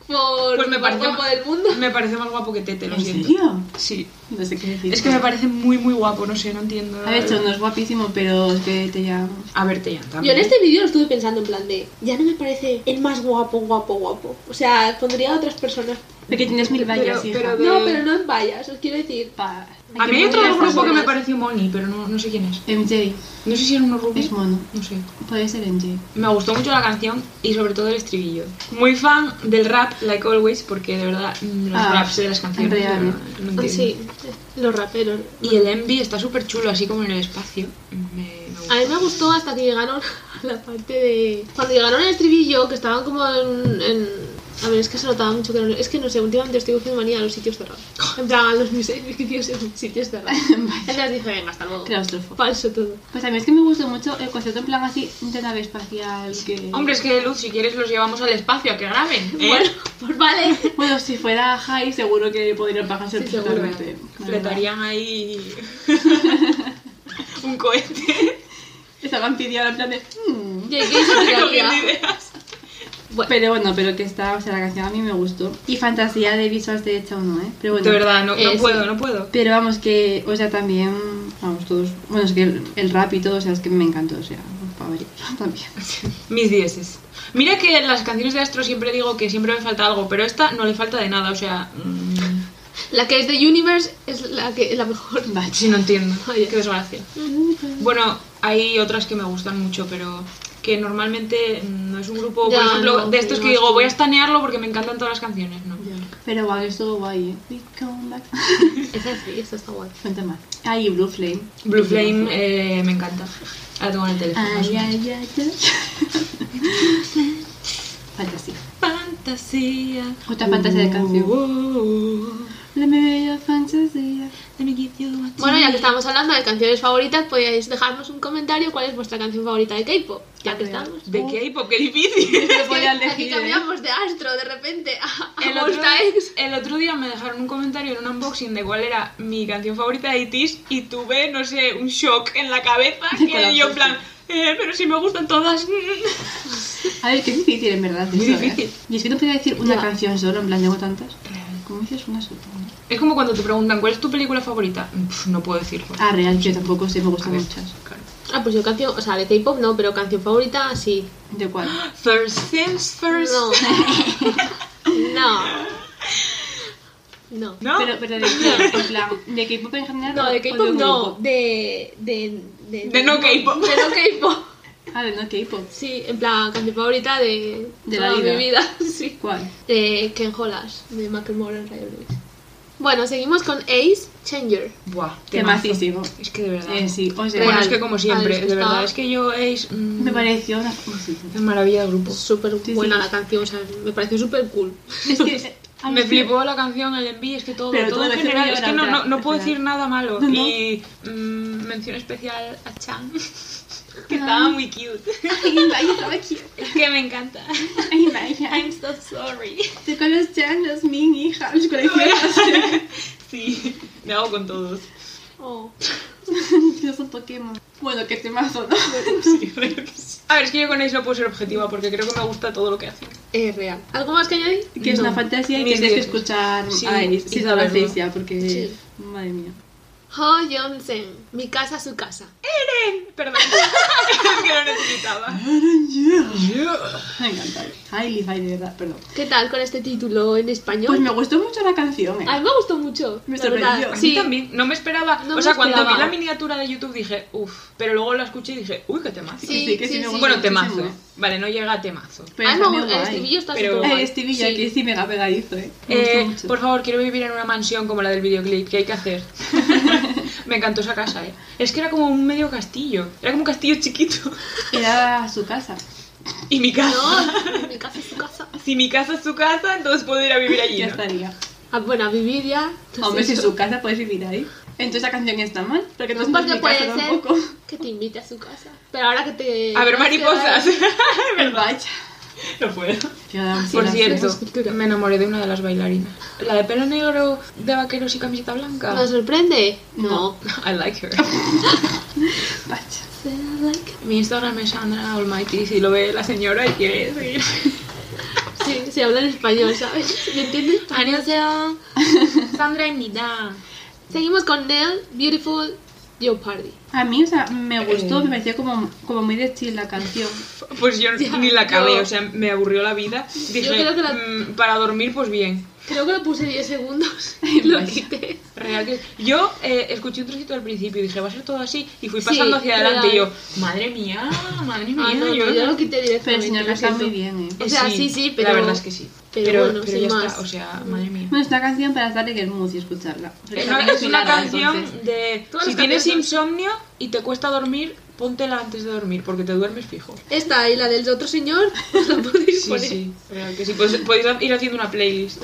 [SPEAKER 2] por
[SPEAKER 1] Pues me
[SPEAKER 2] el
[SPEAKER 1] pareció-
[SPEAKER 2] guapo del mundo.
[SPEAKER 1] Me parece más guapo que Tete, lo
[SPEAKER 3] ¿En
[SPEAKER 1] siento.
[SPEAKER 3] serio?
[SPEAKER 1] Sí.
[SPEAKER 3] No sé qué decir.
[SPEAKER 1] Es que me parece muy, muy guapo, no sé, no entiendo.
[SPEAKER 3] A ver, Chondo es guapísimo, pero es que te llamo.
[SPEAKER 1] A ver, Teyan
[SPEAKER 2] Yo
[SPEAKER 1] también.
[SPEAKER 2] en este vídeo lo estuve pensando en plan de, ya no me parece el más guapo, guapo, guapo. O sea, pondría a otras personas.
[SPEAKER 3] Porque tienes mil vallas,
[SPEAKER 1] Pero-
[SPEAKER 3] hija.
[SPEAKER 1] pero-
[SPEAKER 2] No, pero no en vallas, os quiero decir.
[SPEAKER 3] Pa-
[SPEAKER 1] A mí hay otro
[SPEAKER 2] Aquí
[SPEAKER 1] grupo que me
[SPEAKER 2] buenas.
[SPEAKER 1] pareció Moni, pero no, no sé quién es.
[SPEAKER 3] MJ.
[SPEAKER 1] No sé si era uno rubio.
[SPEAKER 3] Es mono.
[SPEAKER 1] No sé.
[SPEAKER 3] Puede ser MJ.
[SPEAKER 1] Me gustó mucho la canción y sobre todo el estribillo. Muy fan del rap, like always, porque de verdad mm, los
[SPEAKER 3] Ah,
[SPEAKER 1] raps de las canciones.
[SPEAKER 3] real.
[SPEAKER 1] de verdad, no entiendo.
[SPEAKER 2] Pues Sí, los raperos.
[SPEAKER 1] Y el Envy está súper chulo, así como en el espacio. Me, me gusta.
[SPEAKER 2] A mí me gustó hasta que llegaron a la parte de... Cuando llegaron al estribillo, que estaban como en... en- A ver, es que se notaba mucho que no... Es que no sé, últimamente estoy cogiendo manía a los sitios cerrados. En plan, a los edificios en sitios cerrados. Entonces dije, venga, hasta luego.
[SPEAKER 3] Claustrofo.
[SPEAKER 2] Falso todo.
[SPEAKER 3] Pues a mí es que me gustó mucho el concepto en plan así de nave espacial que...
[SPEAKER 1] Hombre, es que Luz, si quieres, los llevamos al espacio a que graben. ¿eh?
[SPEAKER 2] Bueno, pues vale.
[SPEAKER 3] Bueno, si fuera high seguro que podrían bajarse
[SPEAKER 2] Sí, seguro.
[SPEAKER 3] perfectamente. la verdad.
[SPEAKER 1] Fletarían ahí. un cohete.
[SPEAKER 3] Estaban pidiendo en plan de... "Mm".
[SPEAKER 2] Llegué y se me
[SPEAKER 1] Cogiendo
[SPEAKER 2] caía.
[SPEAKER 1] ideas.
[SPEAKER 3] Pero bueno, pero que está... O sea, la canción a mí me gustó. Y fantasía de visuals de hecho no, ¿eh? Pero bueno.
[SPEAKER 1] De verdad, no, no
[SPEAKER 2] Eh, sí.
[SPEAKER 1] puedo, no puedo.
[SPEAKER 3] Pero vamos, que, o sea, también, vamos, todos, bueno, es que el, el rap y todo, o sea, es que me encantó, o sea, para ver, también.
[SPEAKER 1] Mis dieces. Mira que en las canciones de Astro siempre digo que siempre me falta algo, pero esta no le falta de nada, o sea. mm,
[SPEAKER 2] La que es de Universe es la que la mejor.
[SPEAKER 1] Sí, no entiendo.
[SPEAKER 2] Vaya.
[SPEAKER 1] Qué desgracia. Bueno, hay otras que me gustan mucho, pero que normalmente mm, no es un grupo,
[SPEAKER 2] Ya,
[SPEAKER 1] por ejemplo,
[SPEAKER 2] no,
[SPEAKER 1] de estos
[SPEAKER 2] no,
[SPEAKER 1] que digo,
[SPEAKER 2] sí.
[SPEAKER 1] voy a estanearlo porque me encantan todas las canciones, ¿no?
[SPEAKER 3] Ya. Pero guay, estuvo guay, ¿eh? Big comeback.
[SPEAKER 2] Ese sí, esto está guay.
[SPEAKER 3] Cuenta más. Ay, Blue Flame.
[SPEAKER 1] Blue Flame eh, me encanta. Ahora tengo en el teléfono.
[SPEAKER 3] Ay, ay, ay, ay. Fantasía.
[SPEAKER 1] Fantasía.
[SPEAKER 3] Otra fantasía de canción.
[SPEAKER 1] Uh.
[SPEAKER 3] La bella fantasía.
[SPEAKER 2] Bueno, ya que estamos hablando de canciones favoritas, podéis dejarnos un comentario cuál es vuestra canción favorita de K-pop. Ya que
[SPEAKER 3] Ah, mira.
[SPEAKER 2] estamos.
[SPEAKER 1] De K-pop, qué difícil.
[SPEAKER 3] Te
[SPEAKER 2] Es
[SPEAKER 3] voy
[SPEAKER 2] que
[SPEAKER 3] a
[SPEAKER 2] aquí
[SPEAKER 3] elegir. ¿eh?
[SPEAKER 2] cambiamos de astro de repente a, a
[SPEAKER 1] El otro,
[SPEAKER 2] Monsta X.
[SPEAKER 1] el otro día me dejaron un comentario en un unboxing de cuál era mi canción favorita de ITIS y tuve, no sé, un shock en la cabeza
[SPEAKER 3] Sí,
[SPEAKER 1] que
[SPEAKER 3] colapso,
[SPEAKER 1] yo en plan, eh, pero si me gustan todas.
[SPEAKER 3] A ver, qué difícil en verdad.
[SPEAKER 1] Muy
[SPEAKER 3] eso, ¿eh?
[SPEAKER 1] difícil.
[SPEAKER 3] Y es que no podía decir una
[SPEAKER 2] Ya.
[SPEAKER 3] canción solo, en plan, tengo tantas. ¿Cómo dices una sola?
[SPEAKER 1] Es como cuando te preguntan, ¿cuál es tu película favorita? Pf, no puedo decirlo.
[SPEAKER 3] Ah, real, yo tampoco sé, me
[SPEAKER 1] A
[SPEAKER 3] gustan
[SPEAKER 1] ver,
[SPEAKER 3] muchas.
[SPEAKER 1] claro.
[SPEAKER 2] Ah, pues yo canción, o sea, de K-pop no, pero canción favorita sí.
[SPEAKER 3] ¿De cuál?
[SPEAKER 1] First things first.
[SPEAKER 2] No. no. No.
[SPEAKER 1] ¿No?
[SPEAKER 3] Pero, pero de, en plan, ¿de K-pop en general?
[SPEAKER 2] No, de
[SPEAKER 3] o
[SPEAKER 2] K-pop
[SPEAKER 3] un
[SPEAKER 2] no.
[SPEAKER 3] grupo?
[SPEAKER 2] De, de, de,
[SPEAKER 1] De no K-pop.
[SPEAKER 2] De no K-pop.
[SPEAKER 3] Ah, de no K-pop.
[SPEAKER 2] Sí, en plan, canción favorita de,
[SPEAKER 3] De la
[SPEAKER 2] toda
[SPEAKER 3] vida.
[SPEAKER 2] mi vida. Sí.
[SPEAKER 3] ¿Cuál?
[SPEAKER 2] De Ken Holas, de Macklemore en Radio Lewis. Bueno, seguimos con Ace Changer.
[SPEAKER 1] Buah, temazo.
[SPEAKER 3] Temacísimo.
[SPEAKER 1] Es que de verdad.
[SPEAKER 3] Eh, sí, o sea,
[SPEAKER 1] Bueno,
[SPEAKER 2] Real.
[SPEAKER 1] es que como siempre,
[SPEAKER 2] Al
[SPEAKER 1] de verdad,
[SPEAKER 2] estado.
[SPEAKER 1] es que yo Ace. mm,
[SPEAKER 3] me pareció una música.
[SPEAKER 1] Es maravilla de grupo.
[SPEAKER 2] Súper
[SPEAKER 3] sí.
[SPEAKER 2] buena la canción, o sea, me pareció súper cool.
[SPEAKER 3] Es que. eh, a mí
[SPEAKER 1] Me
[SPEAKER 3] sí-
[SPEAKER 1] flipó la canción, el envío, es que todo,
[SPEAKER 3] Pero
[SPEAKER 1] todo
[SPEAKER 3] todo
[SPEAKER 1] en
[SPEAKER 3] es que
[SPEAKER 1] general.
[SPEAKER 3] me
[SPEAKER 1] Es
[SPEAKER 3] llora,
[SPEAKER 1] que no, no,
[SPEAKER 3] llora,
[SPEAKER 1] no puedo
[SPEAKER 3] llora.
[SPEAKER 1] decir nada malo.
[SPEAKER 3] No, no.
[SPEAKER 1] Y mm, mención especial a Chan, que
[SPEAKER 3] Ah.
[SPEAKER 1] estaba muy cute.
[SPEAKER 3] Ay, vaya, estaba aquí.
[SPEAKER 1] Es que me encanta.
[SPEAKER 3] Ay, vaya.
[SPEAKER 1] I'm so sorry.
[SPEAKER 3] Estoy con los chanos, mi hija, los coleccionas.
[SPEAKER 1] Sí, me hago con todos.
[SPEAKER 2] Oh.
[SPEAKER 3] Yo soy Pokémon. Bueno, que temazo, ¿no?
[SPEAKER 1] Sí, creo que sí. A ver, es que yo con Ace no puedo ser objetiva porque creo que me gusta todo lo que hacen.
[SPEAKER 2] Es real. ¿Algo más que añadir?
[SPEAKER 3] Que es
[SPEAKER 1] No.
[SPEAKER 3] una fantasía y
[SPEAKER 1] Mis
[SPEAKER 3] tienes que
[SPEAKER 1] dioses.
[SPEAKER 3] escuchar
[SPEAKER 1] Sí,
[SPEAKER 3] a
[SPEAKER 1] y
[SPEAKER 3] Iris. Si no
[SPEAKER 1] saberlo.
[SPEAKER 3] lo hacéis ya, porque.
[SPEAKER 2] Sí.
[SPEAKER 3] Madre mía.
[SPEAKER 2] Ho Yonsen, mi casa, su casa.
[SPEAKER 1] ¡Eren! Perdón, es que lo necesitaba.
[SPEAKER 3] Me encanta. Ay, Levi, de verdad, perdón.
[SPEAKER 2] ¿Qué tal con este título en español?
[SPEAKER 3] Pues me gustó mucho la canción, eh.
[SPEAKER 2] A mí me gustó mucho.
[SPEAKER 3] Me
[SPEAKER 2] la
[SPEAKER 3] sorprendió.
[SPEAKER 2] verdad.
[SPEAKER 1] A mí
[SPEAKER 2] Sí,
[SPEAKER 1] también, no me esperaba.
[SPEAKER 2] No
[SPEAKER 1] o sea,
[SPEAKER 2] me
[SPEAKER 1] cuando vi
[SPEAKER 2] esperaba.
[SPEAKER 1] la miniatura de YouTube dije, uff, pero luego la escuché y dije, uy, qué temazo.
[SPEAKER 2] Sí,
[SPEAKER 3] que
[SPEAKER 2] sí,
[SPEAKER 3] me
[SPEAKER 2] sí.
[SPEAKER 3] gustó
[SPEAKER 1] Bueno,
[SPEAKER 3] muchísimo,
[SPEAKER 1] temazo.
[SPEAKER 3] eh.
[SPEAKER 1] Vale, no llega a temazo.
[SPEAKER 3] Pero
[SPEAKER 2] Ah, no,
[SPEAKER 3] también
[SPEAKER 2] el
[SPEAKER 3] guay.
[SPEAKER 2] estribillo está
[SPEAKER 1] Pero-
[SPEAKER 2] súper guay.
[SPEAKER 3] El estribillo
[SPEAKER 2] Sí.
[SPEAKER 3] aquí sí mega pegadizo, eh. Me
[SPEAKER 1] Eh,
[SPEAKER 3] gustó mucho.
[SPEAKER 1] por favor, quiero vivir en una mansión como la del videoclip, ¿qué hay que hacer? Me encantó esa casa, ¿eh? Es que era como un medio castillo, era como un castillo chiquito.
[SPEAKER 3] Era su casa.
[SPEAKER 1] Y mi casa,
[SPEAKER 2] No, mi casa, su casa.
[SPEAKER 1] si mi casa es su casa, entonces puedo ir a vivir allí.
[SPEAKER 3] Ya
[SPEAKER 1] ¿no?
[SPEAKER 3] estaría.
[SPEAKER 2] Ah, bueno, a vivir ya. entonces
[SPEAKER 3] Hombre, si
[SPEAKER 2] eso.
[SPEAKER 3] su casa puedes vivir ahí. Entonces la canción está mal. Porque no es
[SPEAKER 1] Pues
[SPEAKER 2] Porque
[SPEAKER 3] mi
[SPEAKER 2] puede
[SPEAKER 3] casa
[SPEAKER 2] ser
[SPEAKER 3] tampoco.
[SPEAKER 2] que te invite a su casa. Pero ahora que te.
[SPEAKER 1] A ver, mariposas.
[SPEAKER 3] El vaya.
[SPEAKER 1] no puedo.
[SPEAKER 3] Ya da
[SPEAKER 1] Por
[SPEAKER 3] ansiedad.
[SPEAKER 1] cierto,
[SPEAKER 2] escultura.
[SPEAKER 1] me enamoré de una de las bailarinas. La de pelo negro, de vaqueros y camiseta blanca.
[SPEAKER 2] ¿Nos sorprende?
[SPEAKER 3] No.
[SPEAKER 1] I like her.
[SPEAKER 3] Vaya.
[SPEAKER 1] Mi Instagram es Sandra Almighty. Si lo ve la señora y quiere seguir.
[SPEAKER 2] Sí, se habla en español, ¿sabes? ¿Me entiendes?
[SPEAKER 1] 안녕하세요. Sandra입니다.
[SPEAKER 2] Seguimos con Neil, Beautiful, Yo Party.
[SPEAKER 3] A mí, o sea, me gustó,
[SPEAKER 1] Eh.
[SPEAKER 3] me pareció como, como muy de chill la canción.
[SPEAKER 1] Pues yo
[SPEAKER 2] Ya,
[SPEAKER 1] ni la acabé,
[SPEAKER 2] yo-
[SPEAKER 1] o sea, me aburrió la vida. Dije,
[SPEAKER 2] creo que la-
[SPEAKER 1] "Mm, para dormir, pues bien.
[SPEAKER 2] Creo que lo puse 10 segundos y lo
[SPEAKER 3] Vaya.
[SPEAKER 2] quité.
[SPEAKER 1] Real que... Yo eh, escuché un trocito al principio y dije, va a ser todo así. Y fui
[SPEAKER 2] Sí,
[SPEAKER 1] pasando hacia adelante y yo,
[SPEAKER 2] real.
[SPEAKER 1] madre mía, madre mía.
[SPEAKER 2] Ah, no, yo, yo lo quité
[SPEAKER 3] Pero
[SPEAKER 2] directamente.
[SPEAKER 3] si no
[SPEAKER 2] lo
[SPEAKER 3] está
[SPEAKER 2] siento.
[SPEAKER 3] muy bien, eh.
[SPEAKER 2] o sea, sí, sí, pero-
[SPEAKER 1] La verdad es que sí.
[SPEAKER 2] pero bueno, sin
[SPEAKER 1] ya
[SPEAKER 2] más.
[SPEAKER 1] está, o sea, madre mía.
[SPEAKER 3] Bueno, es una canción para estar en el mood y escucharla.
[SPEAKER 1] Eh, Es una, es una canción
[SPEAKER 3] Entonces,
[SPEAKER 1] de...
[SPEAKER 2] Todas
[SPEAKER 1] Si
[SPEAKER 2] las
[SPEAKER 1] tienes
[SPEAKER 2] canciones-
[SPEAKER 1] insomnio y te cuesta dormir, póntela antes de dormir, porque te duermes fijo.
[SPEAKER 2] Esta y la del otro señor, os la podéis
[SPEAKER 1] Sí,
[SPEAKER 2] poner.
[SPEAKER 1] sí, real que sí. Pues, podéis ir haciendo una playlist.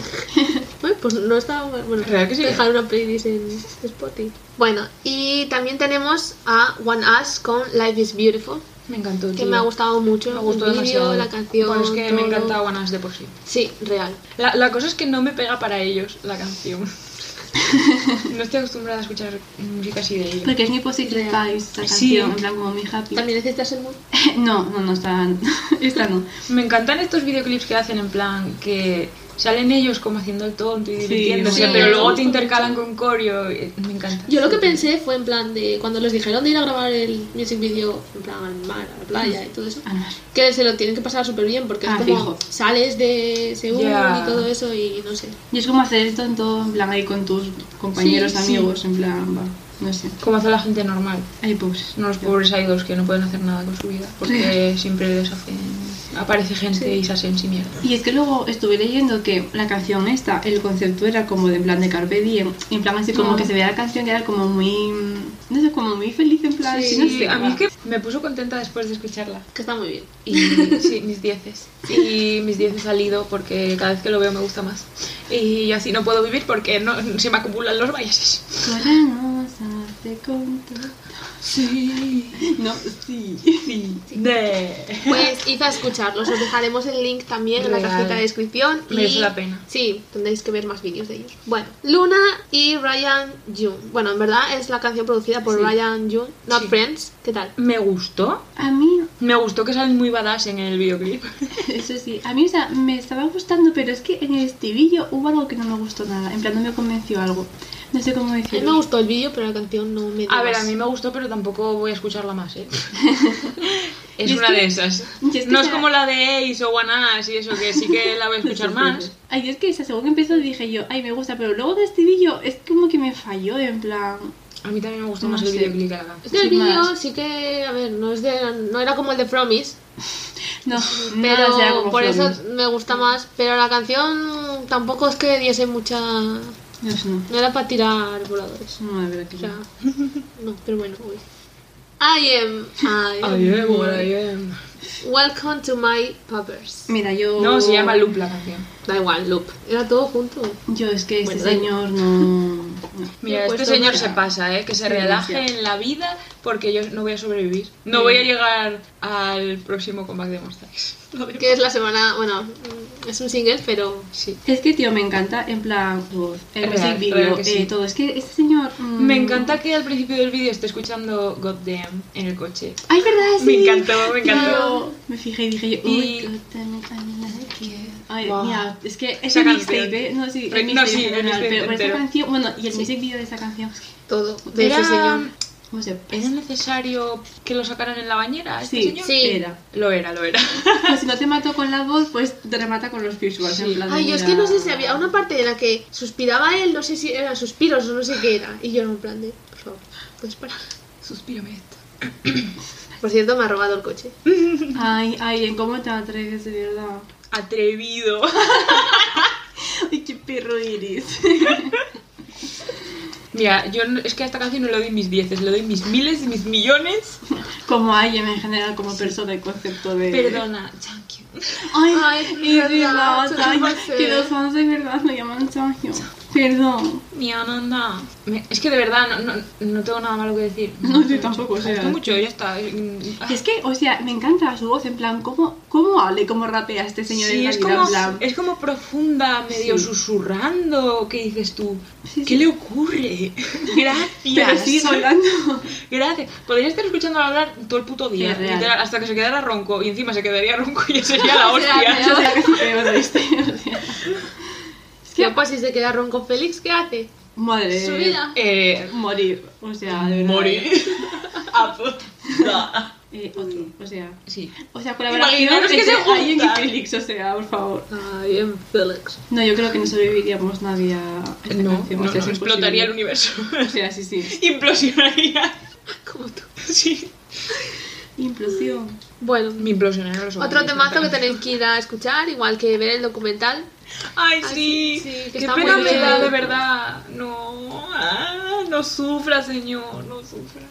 [SPEAKER 2] Bueno, pues no está bueno
[SPEAKER 1] Real que sí.
[SPEAKER 2] dejar una playlist en Spotify. Bueno, y también tenemos a One Us con Life is Beautiful,
[SPEAKER 1] Me encantó,
[SPEAKER 2] que
[SPEAKER 1] tío.
[SPEAKER 2] me Pues ha gustado mucho.
[SPEAKER 1] Me gustó
[SPEAKER 2] el vídeo,
[SPEAKER 1] demasiado.
[SPEAKER 2] la canción.
[SPEAKER 1] Bueno, es que me
[SPEAKER 2] todo.
[SPEAKER 1] encanta One Us de por sí.
[SPEAKER 2] Sí, real.
[SPEAKER 1] La, la cosa es que no me pega para ellos la canción. no estoy acostumbrada a escuchar música así de ellos.
[SPEAKER 3] Porque es mi positive
[SPEAKER 2] Real.
[SPEAKER 3] vibes, esta
[SPEAKER 1] Sí.
[SPEAKER 3] canción, en plan como muy happy.
[SPEAKER 2] ¿También necesitas el mood?
[SPEAKER 3] No, no, no, esta, esta no.
[SPEAKER 1] Me encantan estos videoclips que hacen en plan que salen ellos como haciendo el tonto y
[SPEAKER 3] Sí,
[SPEAKER 1] divirtiéndose,
[SPEAKER 2] sí.
[SPEAKER 1] pero
[SPEAKER 2] Sí,
[SPEAKER 1] luego
[SPEAKER 2] me
[SPEAKER 1] te
[SPEAKER 2] gusta
[SPEAKER 1] intercalan
[SPEAKER 2] mucho.
[SPEAKER 1] con coreo. eh, Me encanta.
[SPEAKER 2] Yo lo que pensé fue en plan de cuando les dijeron de ir a grabar el music video en plan al mar, a la playa y todo eso,
[SPEAKER 3] Ah, no.
[SPEAKER 2] que se lo tienen que pasar súper bien porque
[SPEAKER 3] Ah,
[SPEAKER 2] es como
[SPEAKER 3] fijo.
[SPEAKER 2] sales de Seúl
[SPEAKER 1] Ya.
[SPEAKER 2] y todo eso y no sé.
[SPEAKER 3] Y es como hacer esto en todo, en plan ahí con tus compañeros,
[SPEAKER 2] Sí, sí.
[SPEAKER 3] amigos, en plan, va. No sé.
[SPEAKER 1] Como hace la gente normal.
[SPEAKER 3] Ay, pobres.
[SPEAKER 1] No los pobres idols que no pueden hacer nada con su vida. Porque siempre les hacen. Aparece gente y se hacen sin mierda.
[SPEAKER 3] Y es que luego estuve leyendo que la canción esta, el concepto era como de en plan de Carpe Diem, en plan así como
[SPEAKER 1] No.
[SPEAKER 3] que se veía la canción que era como muy, no sé, como muy feliz en plan,
[SPEAKER 1] Sí,
[SPEAKER 3] no sé,
[SPEAKER 1] a mí es
[SPEAKER 3] va.
[SPEAKER 1] que me puso contenta después de escucharla.
[SPEAKER 2] Que está muy bien.
[SPEAKER 1] Y sí, mis dieces. Y mis dieces al ido porque cada vez que lo veo me gusta más. Y así no puedo vivir porque no, se me acumulan los biases.
[SPEAKER 3] Coranos, hazte conto.
[SPEAKER 1] Sí.
[SPEAKER 3] No, sí, sí.
[SPEAKER 1] De...
[SPEAKER 2] Pues id a escucharlos, os dejaremos el link también en la
[SPEAKER 1] Real.
[SPEAKER 2] cajita de descripción. y-
[SPEAKER 1] Merece la pena.
[SPEAKER 2] Sí, tendréis que ver más vídeos de ellos. Bueno, Luna y Ryan June. Bueno, en verdad es la canción producida por
[SPEAKER 1] Sí.
[SPEAKER 2] Ryan June, Not
[SPEAKER 1] Sí.
[SPEAKER 2] Friends. ¿Qué tal?
[SPEAKER 1] Me gustó.
[SPEAKER 3] A mí,
[SPEAKER 1] Me gustó que salen muy badass en el videoclip.
[SPEAKER 3] eso sí, a mí, o sea, me estaba gustando, pero es que en el estribillo hubo algo que no me gustó nada, en plan no me convenció algo. No sé cómo
[SPEAKER 2] A mí
[SPEAKER 3] decirlo.
[SPEAKER 2] me gustó el vídeo, pero la canción no me dio
[SPEAKER 1] A ver,
[SPEAKER 2] más.
[SPEAKER 1] a mí me gustó, pero tampoco voy a escucharla más, ¿eh? es
[SPEAKER 3] Y es
[SPEAKER 1] una
[SPEAKER 3] que-
[SPEAKER 1] de esas.
[SPEAKER 3] y es que
[SPEAKER 1] no es
[SPEAKER 3] ya-
[SPEAKER 1] como la de Ace o One Ash y eso, que sí que la voy a escuchar más.
[SPEAKER 3] Ay, es que esa, según empezó dije yo, ay, me gusta, pero luego de estribillo es como que me falló, en plan...
[SPEAKER 1] A mí también me gustó
[SPEAKER 3] No
[SPEAKER 1] más el
[SPEAKER 3] sé.
[SPEAKER 1] videoclip que la canción.
[SPEAKER 2] Es que el
[SPEAKER 3] Sin
[SPEAKER 2] vídeo
[SPEAKER 3] más.
[SPEAKER 2] sí que, a ver, no, es de, no era como el de Promise,
[SPEAKER 3] No,
[SPEAKER 2] pero
[SPEAKER 3] no, o sea, como
[SPEAKER 2] por eso
[SPEAKER 3] flores.
[SPEAKER 2] me gusta más. Pero la canción tampoco es que diese mucha... No
[SPEAKER 3] No, sé, no.
[SPEAKER 2] era para tirar voladores.
[SPEAKER 3] No, de verdad que
[SPEAKER 2] O
[SPEAKER 3] no.
[SPEAKER 2] sea, no, pero bueno, uy. I am, I am, Welcome to my poppers.
[SPEAKER 3] Mira, yo...
[SPEAKER 1] No, se llama Loop la canción.
[SPEAKER 2] Da igual, loop. Era todo junto.
[SPEAKER 3] Yo es que este
[SPEAKER 2] Bueno, da
[SPEAKER 3] señor no... no.
[SPEAKER 1] Mira,
[SPEAKER 2] Yo he
[SPEAKER 1] este
[SPEAKER 2] puesto
[SPEAKER 1] señor
[SPEAKER 2] que-
[SPEAKER 1] se pasa, ¿eh? Que se
[SPEAKER 3] Sí,
[SPEAKER 1] relaje
[SPEAKER 3] gracias.
[SPEAKER 1] en la vida porque yo no voy a sobrevivir. No voy a llegar al próximo comeback de Monster X. Lo digo.
[SPEAKER 2] Que es la semana, bueno, es un single, pero...
[SPEAKER 1] Sí.
[SPEAKER 3] Es que, tío, me encanta, en plan, voz, el
[SPEAKER 1] Real,
[SPEAKER 3] music
[SPEAKER 1] real
[SPEAKER 3] video,
[SPEAKER 1] que sí.
[SPEAKER 3] eh, todo. Es que este señor... mm,
[SPEAKER 1] Me encanta que al principio del vídeo esté escuchando Goddamn en el coche.
[SPEAKER 3] Ay, verdad, sí.
[SPEAKER 1] Me encantó, me encantó.
[SPEAKER 3] Yo me fijé y dije yo,
[SPEAKER 1] Y-
[SPEAKER 3] uy, God damn it, I like it. Ay,
[SPEAKER 1] Wow.
[SPEAKER 3] mira, es que
[SPEAKER 1] Esa
[SPEAKER 3] ese mixtape,
[SPEAKER 1] canción.
[SPEAKER 3] ¿eh? no, sí,
[SPEAKER 1] Pero-
[SPEAKER 3] el
[SPEAKER 1] no,
[SPEAKER 3] mixtape
[SPEAKER 1] sí,
[SPEAKER 3] en
[SPEAKER 1] el
[SPEAKER 3] general,
[SPEAKER 1] mixtape
[SPEAKER 3] pero, pero
[SPEAKER 1] entero.
[SPEAKER 3] esta canción, bueno, y el music video de esa canción, es que,
[SPEAKER 2] Todo de
[SPEAKER 1] Era,
[SPEAKER 2] ese señor.
[SPEAKER 3] ¿cómo se
[SPEAKER 1] ¿Era necesario que lo sacaran en la bañera? Este
[SPEAKER 3] Sí,
[SPEAKER 1] señor?
[SPEAKER 2] Sí.
[SPEAKER 3] era.
[SPEAKER 1] Lo era, lo era.
[SPEAKER 3] Pues si no te mato con la voz, pues te remata con los visuals, en
[SPEAKER 1] Sí.
[SPEAKER 3] plan de,
[SPEAKER 2] Ay, yo es que
[SPEAKER 3] mira.
[SPEAKER 2] no sé si había una parte en la que suspiraba él, no sé si eran suspiros o no sé qué era. Y yo era un plan de, por favor, puedes parar.
[SPEAKER 1] Suspírame esto.
[SPEAKER 2] Por cierto, me ha robado el coche.
[SPEAKER 3] Ay, ay, ¿en cómo te atreves, de verdad?
[SPEAKER 1] Atrevido.
[SPEAKER 3] Ay, qué perro eres.
[SPEAKER 1] Mira, yo no- es que a esta canción no le doy mis dieces, le doy mis miles y mis millones.
[SPEAKER 3] Como ay, en general, como persona, el concepto de...
[SPEAKER 1] Perdona, thank you.
[SPEAKER 3] Ay,
[SPEAKER 2] Ay,
[SPEAKER 3] es
[SPEAKER 2] verdad,
[SPEAKER 3] verdad,
[SPEAKER 2] eso no
[SPEAKER 3] ay,
[SPEAKER 2] va a ser.
[SPEAKER 3] que los fans de verdad lo llaman Changhyun. Perdón.
[SPEAKER 1] Mi Ananda. Me- Es que de verdad no, no, no tengo nada malo que decir.
[SPEAKER 3] No, yo tampoco, o
[SPEAKER 1] Me
[SPEAKER 3] sea.
[SPEAKER 1] gustó mucho, ya está. Mm, ah.
[SPEAKER 3] Y es que, este o sea, me encanta su voz, en plan, ¿cómo, cómo habla y cómo rapea este señor
[SPEAKER 1] Sí,
[SPEAKER 3] en
[SPEAKER 1] es
[SPEAKER 3] realidad,
[SPEAKER 1] como,
[SPEAKER 3] en plan?
[SPEAKER 1] es como profunda, medio
[SPEAKER 3] Sí.
[SPEAKER 1] susurrando. ¿Qué dices tú?
[SPEAKER 3] Sí,
[SPEAKER 1] ¿Qué
[SPEAKER 3] sí.
[SPEAKER 1] le ocurre? Gracias.
[SPEAKER 3] Pero sigue hablando.
[SPEAKER 1] Gracias. Podría estar escuchando hablar todo el puto día,
[SPEAKER 3] Es real.
[SPEAKER 1] literal, hasta que se quedara ronco. Y encima se quedaría ronco y ya sería la
[SPEAKER 2] O sea,
[SPEAKER 1] hostia.
[SPEAKER 2] real.
[SPEAKER 3] O sea, casi peor, ¿viste? O sea,
[SPEAKER 2] Es que pues si se queda ronco Félix, ¿qué hace?
[SPEAKER 3] Madre.
[SPEAKER 2] Su vida.
[SPEAKER 1] Eh,
[SPEAKER 3] Morir. O sea, de verdad.
[SPEAKER 1] morir. Apunta.
[SPEAKER 3] Eh, otro. O sea.
[SPEAKER 1] sí.
[SPEAKER 3] O sea, colaboración
[SPEAKER 1] Imaginaros que
[SPEAKER 3] entre
[SPEAKER 1] se juntan.
[SPEAKER 3] alguien y Félix, o sea, por favor.
[SPEAKER 2] Ay, en Félix.
[SPEAKER 3] No, yo creo que no sobreviviríamos nadie a esta
[SPEAKER 1] No,
[SPEAKER 3] canción.
[SPEAKER 1] no,
[SPEAKER 3] o sea,
[SPEAKER 1] no,
[SPEAKER 3] es imposible.
[SPEAKER 1] explotaría el universo.
[SPEAKER 3] O sea, sí, sí.
[SPEAKER 1] Implosionaría.
[SPEAKER 2] Como tú.
[SPEAKER 1] Sí.
[SPEAKER 3] Implosión.
[SPEAKER 2] Bueno,
[SPEAKER 1] Me implosionaron los
[SPEAKER 2] otro
[SPEAKER 1] ovnis,
[SPEAKER 2] temazo que
[SPEAKER 1] ¿verdad?
[SPEAKER 2] tenéis que ir a escuchar, igual que ver el documental.
[SPEAKER 1] Ay,
[SPEAKER 2] Ah,
[SPEAKER 1] sí.
[SPEAKER 2] sí, sí, que
[SPEAKER 1] Qué
[SPEAKER 2] está
[SPEAKER 1] pena
[SPEAKER 2] muy
[SPEAKER 1] me da,
[SPEAKER 2] bien.
[SPEAKER 1] de verdad. No. Ah, no sufra, señor. No sufra.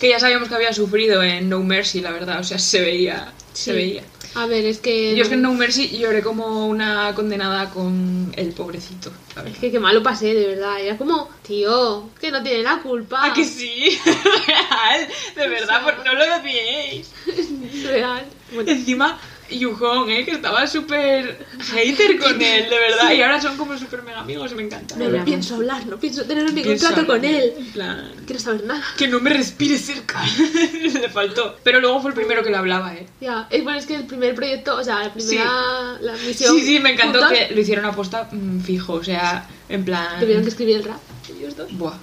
[SPEAKER 1] Que ya sabíamos que había sufrido en No Mercy, la verdad. O sea, se veía.
[SPEAKER 2] Sí.
[SPEAKER 1] Se veía.
[SPEAKER 2] A ver, es que...
[SPEAKER 1] Yo es que en No Mercy lloré como una condenada con el pobrecito. la
[SPEAKER 2] Es
[SPEAKER 1] verdad.
[SPEAKER 2] que qué malo pasé, de verdad. Era como, tío, que no tiene la culpa.
[SPEAKER 1] Ah, Pues que sí. Real. De verdad, por- no lo decíais.
[SPEAKER 2] Real. Bueno,
[SPEAKER 1] Encima, Yujón, ¿eh? que estaba súper hater con él, de verdad. Y ahora son como súper mega amigos, me encanta.
[SPEAKER 2] no lo
[SPEAKER 3] Hablamos.
[SPEAKER 2] pienso hablar, no pienso tener ningún
[SPEAKER 1] Pienso,
[SPEAKER 2] trato con él.
[SPEAKER 1] en plan,
[SPEAKER 2] Quiero saber nada.
[SPEAKER 1] Que no me respire cerca. Le faltó. Pero luego fue el primero que le hablaba, ¿eh?
[SPEAKER 2] Ya, es bueno, es que el primer proyecto, o sea, la primera la misión.
[SPEAKER 1] Sí, sí, me encantó
[SPEAKER 2] juntos,
[SPEAKER 1] que lo hicieron aposta mm, fijo, o sea, en plan.
[SPEAKER 2] Tuvieron que escribir el rap.
[SPEAKER 1] Buah.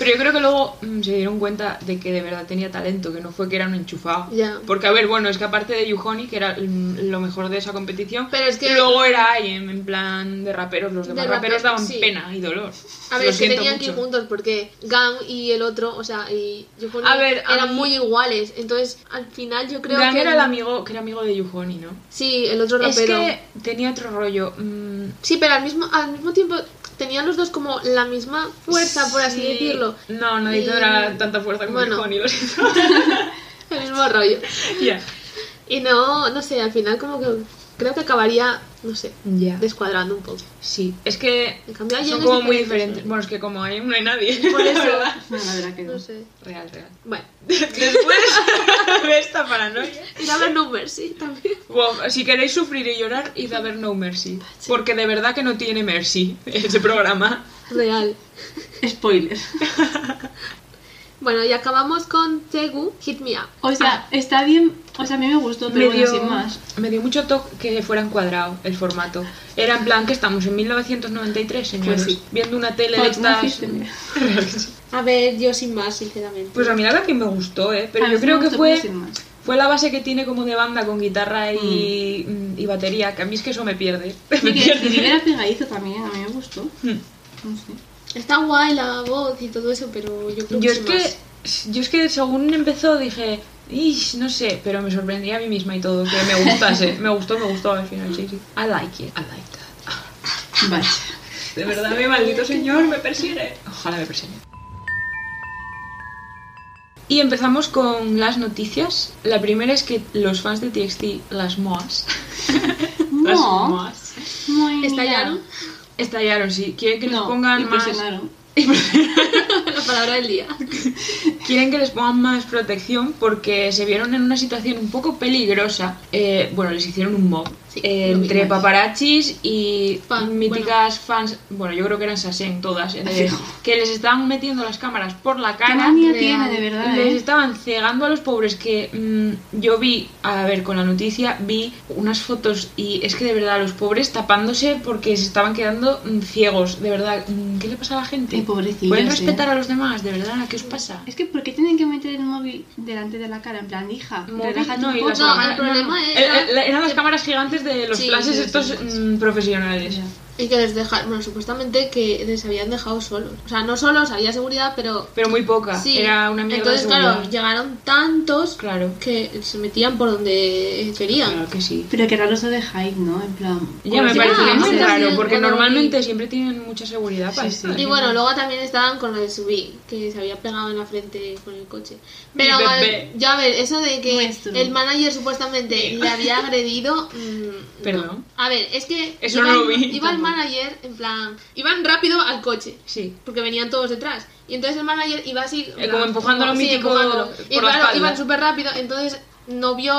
[SPEAKER 1] Pero yo creo que luego mm, se dieron cuenta de que de verdad tenía talento, que no fue que era un enchufado.
[SPEAKER 2] Ya.
[SPEAKER 1] Porque, a ver, bueno, es que aparte de Yuhoni, que era mm, lo mejor de esa competición,
[SPEAKER 2] Pero es que-
[SPEAKER 1] luego era IM, en plan de raperos. Los demás
[SPEAKER 2] De
[SPEAKER 1] raperos,
[SPEAKER 2] raperos,
[SPEAKER 1] daban
[SPEAKER 2] sí.
[SPEAKER 1] pena y dolor.
[SPEAKER 2] A ver,
[SPEAKER 1] Lo
[SPEAKER 2] es que
[SPEAKER 1] siento
[SPEAKER 2] tenían que ir
[SPEAKER 1] mucho.
[SPEAKER 2] juntos porque Gang y el otro, o sea, y Yuhoni
[SPEAKER 1] A ver, a
[SPEAKER 2] eran
[SPEAKER 1] mí-
[SPEAKER 2] muy iguales. Entonces, al final yo creo
[SPEAKER 1] Gang
[SPEAKER 2] que...
[SPEAKER 1] era el amigo, que era amigo de Yuhoni, ¿no?
[SPEAKER 2] Sí, el otro rapero.
[SPEAKER 1] Es que tenía otro rollo. mm,
[SPEAKER 2] Sí, pero al mismo, al mismo tiempo tenían los dos como la misma fuerza, por así
[SPEAKER 1] sí.
[SPEAKER 2] decirlo.
[SPEAKER 1] No, no necesito
[SPEAKER 2] Y-
[SPEAKER 1] era tanta fuerza como
[SPEAKER 2] bueno.
[SPEAKER 1] Yuhoni, lo siento.
[SPEAKER 2] El mismo rollo.
[SPEAKER 1] Ya.
[SPEAKER 2] Y no, no sé, al final como que creo que acabaría, no sé, descuadrando un poco.
[SPEAKER 1] Sí, es que
[SPEAKER 2] En cambio, Ian
[SPEAKER 1] son
[SPEAKER 2] es
[SPEAKER 1] como muy
[SPEAKER 2] diferente,
[SPEAKER 1] diferentes. Bueno, es que como hay no hay nadie.
[SPEAKER 2] Por
[SPEAKER 1] la
[SPEAKER 2] eso.
[SPEAKER 1] verdad.
[SPEAKER 3] No, Ah, la verdad que no.
[SPEAKER 2] No sé.
[SPEAKER 1] Real, real.
[SPEAKER 2] Bueno,
[SPEAKER 1] Después de esta paranoia.
[SPEAKER 2] ir a ver No Mercy también.
[SPEAKER 1] Wow, si queréis sufrir y llorar, id a ver No Mercy. Porque de verdad que no tiene Mercy ese programa.
[SPEAKER 2] Real.
[SPEAKER 3] Spoiler.
[SPEAKER 2] Bueno, y acabamos con Tegu, Hit Me Up.
[SPEAKER 3] O
[SPEAKER 1] Ah.
[SPEAKER 3] sea, está bien. O sea, a mí me gustó, pero bueno, sin más.
[SPEAKER 1] me dio mucho toque que fuera encuadrado el formato. Era en plan que estamos en 1993, señores.
[SPEAKER 3] Pues sí.
[SPEAKER 1] Viendo una tele de
[SPEAKER 3] Pues muy
[SPEAKER 1] estas.
[SPEAKER 3] triste.
[SPEAKER 1] Real que sí.
[SPEAKER 2] A ver, yo sin más, sinceramente.
[SPEAKER 1] Pues a mí la verdad que me gustó, ¿eh? Pero
[SPEAKER 3] A mí
[SPEAKER 1] yo
[SPEAKER 3] sí
[SPEAKER 1] creo
[SPEAKER 3] me
[SPEAKER 1] que
[SPEAKER 3] gustó,
[SPEAKER 1] fue.
[SPEAKER 3] pero sin más.
[SPEAKER 1] Fue la base que tiene como de banda con guitarra y, y batería, que a mí es que eso me pierde. Me
[SPEAKER 3] Y que el
[SPEAKER 1] pierde. Mm.
[SPEAKER 3] primer era pegadizo también, a mí me gustó. No sé.
[SPEAKER 2] Está guay la voz y todo eso, pero yo
[SPEAKER 1] Yo
[SPEAKER 2] creo que
[SPEAKER 1] es
[SPEAKER 2] sin
[SPEAKER 1] que,
[SPEAKER 2] más.
[SPEAKER 1] yo es que según empezó dije, "Ish, no sé, pero me sorprendí a mí misma y todo, que me gustase. me gustó, me gustó al final, sí, sí. I like it, I like that.
[SPEAKER 3] Vaya.
[SPEAKER 1] De verdad, mi maldito señor me persigue. Ojalá me persigue. Y empezamos con las noticias. La primera es que los fans de TXT, las MOAs, las
[SPEAKER 3] No.
[SPEAKER 1] MOAs,
[SPEAKER 3] muy
[SPEAKER 2] ¿Estallaron?
[SPEAKER 1] estallaron, sí. Quieren que les
[SPEAKER 3] No,
[SPEAKER 1] pongan más...
[SPEAKER 3] impresionaron.
[SPEAKER 2] la palabra del día.
[SPEAKER 1] Quieren que les pongan más protección porque se vieron en una situación un poco peligrosa. Eh, bueno, les hicieron un mob
[SPEAKER 2] Sí,
[SPEAKER 1] eh,
[SPEAKER 2] lo vi,
[SPEAKER 1] entre
[SPEAKER 2] vale.
[SPEAKER 1] paparachis y
[SPEAKER 2] Fan,
[SPEAKER 1] míticas fans. Bueno, yo creo que eran Sasen todas. eh,
[SPEAKER 3] Fijo.
[SPEAKER 1] que les estaban metiendo las cámaras por la
[SPEAKER 3] Qué
[SPEAKER 1] cara.
[SPEAKER 3] manía
[SPEAKER 2] real.
[SPEAKER 3] tiene, de verdad.
[SPEAKER 1] Les
[SPEAKER 3] ¿eh?
[SPEAKER 1] estaban cegando a los pobres que mm, yo vi, a ver, con la noticia, vi unas fotos y es que de verdad los pobres tapándose porque se estaban quedando mm, ciegos, de verdad. mm, ¿Qué le pasa a la gente?
[SPEAKER 3] Qué pobrecillos,
[SPEAKER 1] Pueden
[SPEAKER 3] eh.
[SPEAKER 1] respetar a los demás, de verdad, ¿qué os pasa?
[SPEAKER 3] Es que, ¿por qué tienen que meter el móvil delante de la cara? En plan, hija,
[SPEAKER 1] Móvil,
[SPEAKER 3] relájate
[SPEAKER 1] no,
[SPEAKER 3] un
[SPEAKER 1] y
[SPEAKER 3] poco.
[SPEAKER 1] las
[SPEAKER 2] No,
[SPEAKER 1] cámaras-
[SPEAKER 2] el problema era-
[SPEAKER 1] el- el- eran las cámaras gigantes de los
[SPEAKER 2] Sí,
[SPEAKER 1] flashes
[SPEAKER 2] sí, sí,
[SPEAKER 1] estos
[SPEAKER 2] sí.
[SPEAKER 1] mm, profesionales.
[SPEAKER 3] Ya.
[SPEAKER 2] Y que les dejaron, bueno, supuestamente que les habían dejado solos. O sea, no solos, había seguridad, pero...
[SPEAKER 1] Pero muy poca.
[SPEAKER 2] sí.
[SPEAKER 1] Era una mierda. de
[SPEAKER 2] Entonces, claro,
[SPEAKER 1] seguridad.
[SPEAKER 2] llegaron tantos
[SPEAKER 1] Claro.
[SPEAKER 2] que se metían por donde querían.
[SPEAKER 1] Claro que sí.
[SPEAKER 3] Pero que raro eso de Hyde, ¿no? En plan. pues
[SPEAKER 1] Ya me
[SPEAKER 2] sí,
[SPEAKER 1] parece
[SPEAKER 2] ah,
[SPEAKER 1] muy
[SPEAKER 2] sí,
[SPEAKER 1] raro,
[SPEAKER 2] sí,
[SPEAKER 1] porque
[SPEAKER 2] cuando
[SPEAKER 1] normalmente
[SPEAKER 2] vi-
[SPEAKER 1] siempre tienen mucha seguridad para
[SPEAKER 3] Sí, sí.
[SPEAKER 1] esto.
[SPEAKER 2] Y bueno, luego también estaban con lo de subir, que se había pegado en la frente con el coche.
[SPEAKER 1] Mi
[SPEAKER 2] Pero a
[SPEAKER 1] bebé.
[SPEAKER 2] ver, yo a ver, eso de que
[SPEAKER 3] Nuestro.
[SPEAKER 2] el manager supuestamente le había agredido. mm,
[SPEAKER 1] Perdón.
[SPEAKER 2] no. A ver, es que
[SPEAKER 1] Eso
[SPEAKER 2] iba,
[SPEAKER 1] no lo
[SPEAKER 2] el-
[SPEAKER 1] vi
[SPEAKER 2] iba el
[SPEAKER 1] tampoco.
[SPEAKER 2] manager, en plan, iban rápido al coche.
[SPEAKER 1] Sí.
[SPEAKER 2] Porque venían todos detrás. Y entonces el manager iba así. en plan,
[SPEAKER 1] Eh, como empujándolo
[SPEAKER 2] sí,
[SPEAKER 1] mítico
[SPEAKER 2] empujándolo.
[SPEAKER 1] por
[SPEAKER 2] Y
[SPEAKER 1] la
[SPEAKER 2] claro,
[SPEAKER 1] espalda.
[SPEAKER 2] iban súper rápido. Entonces no vio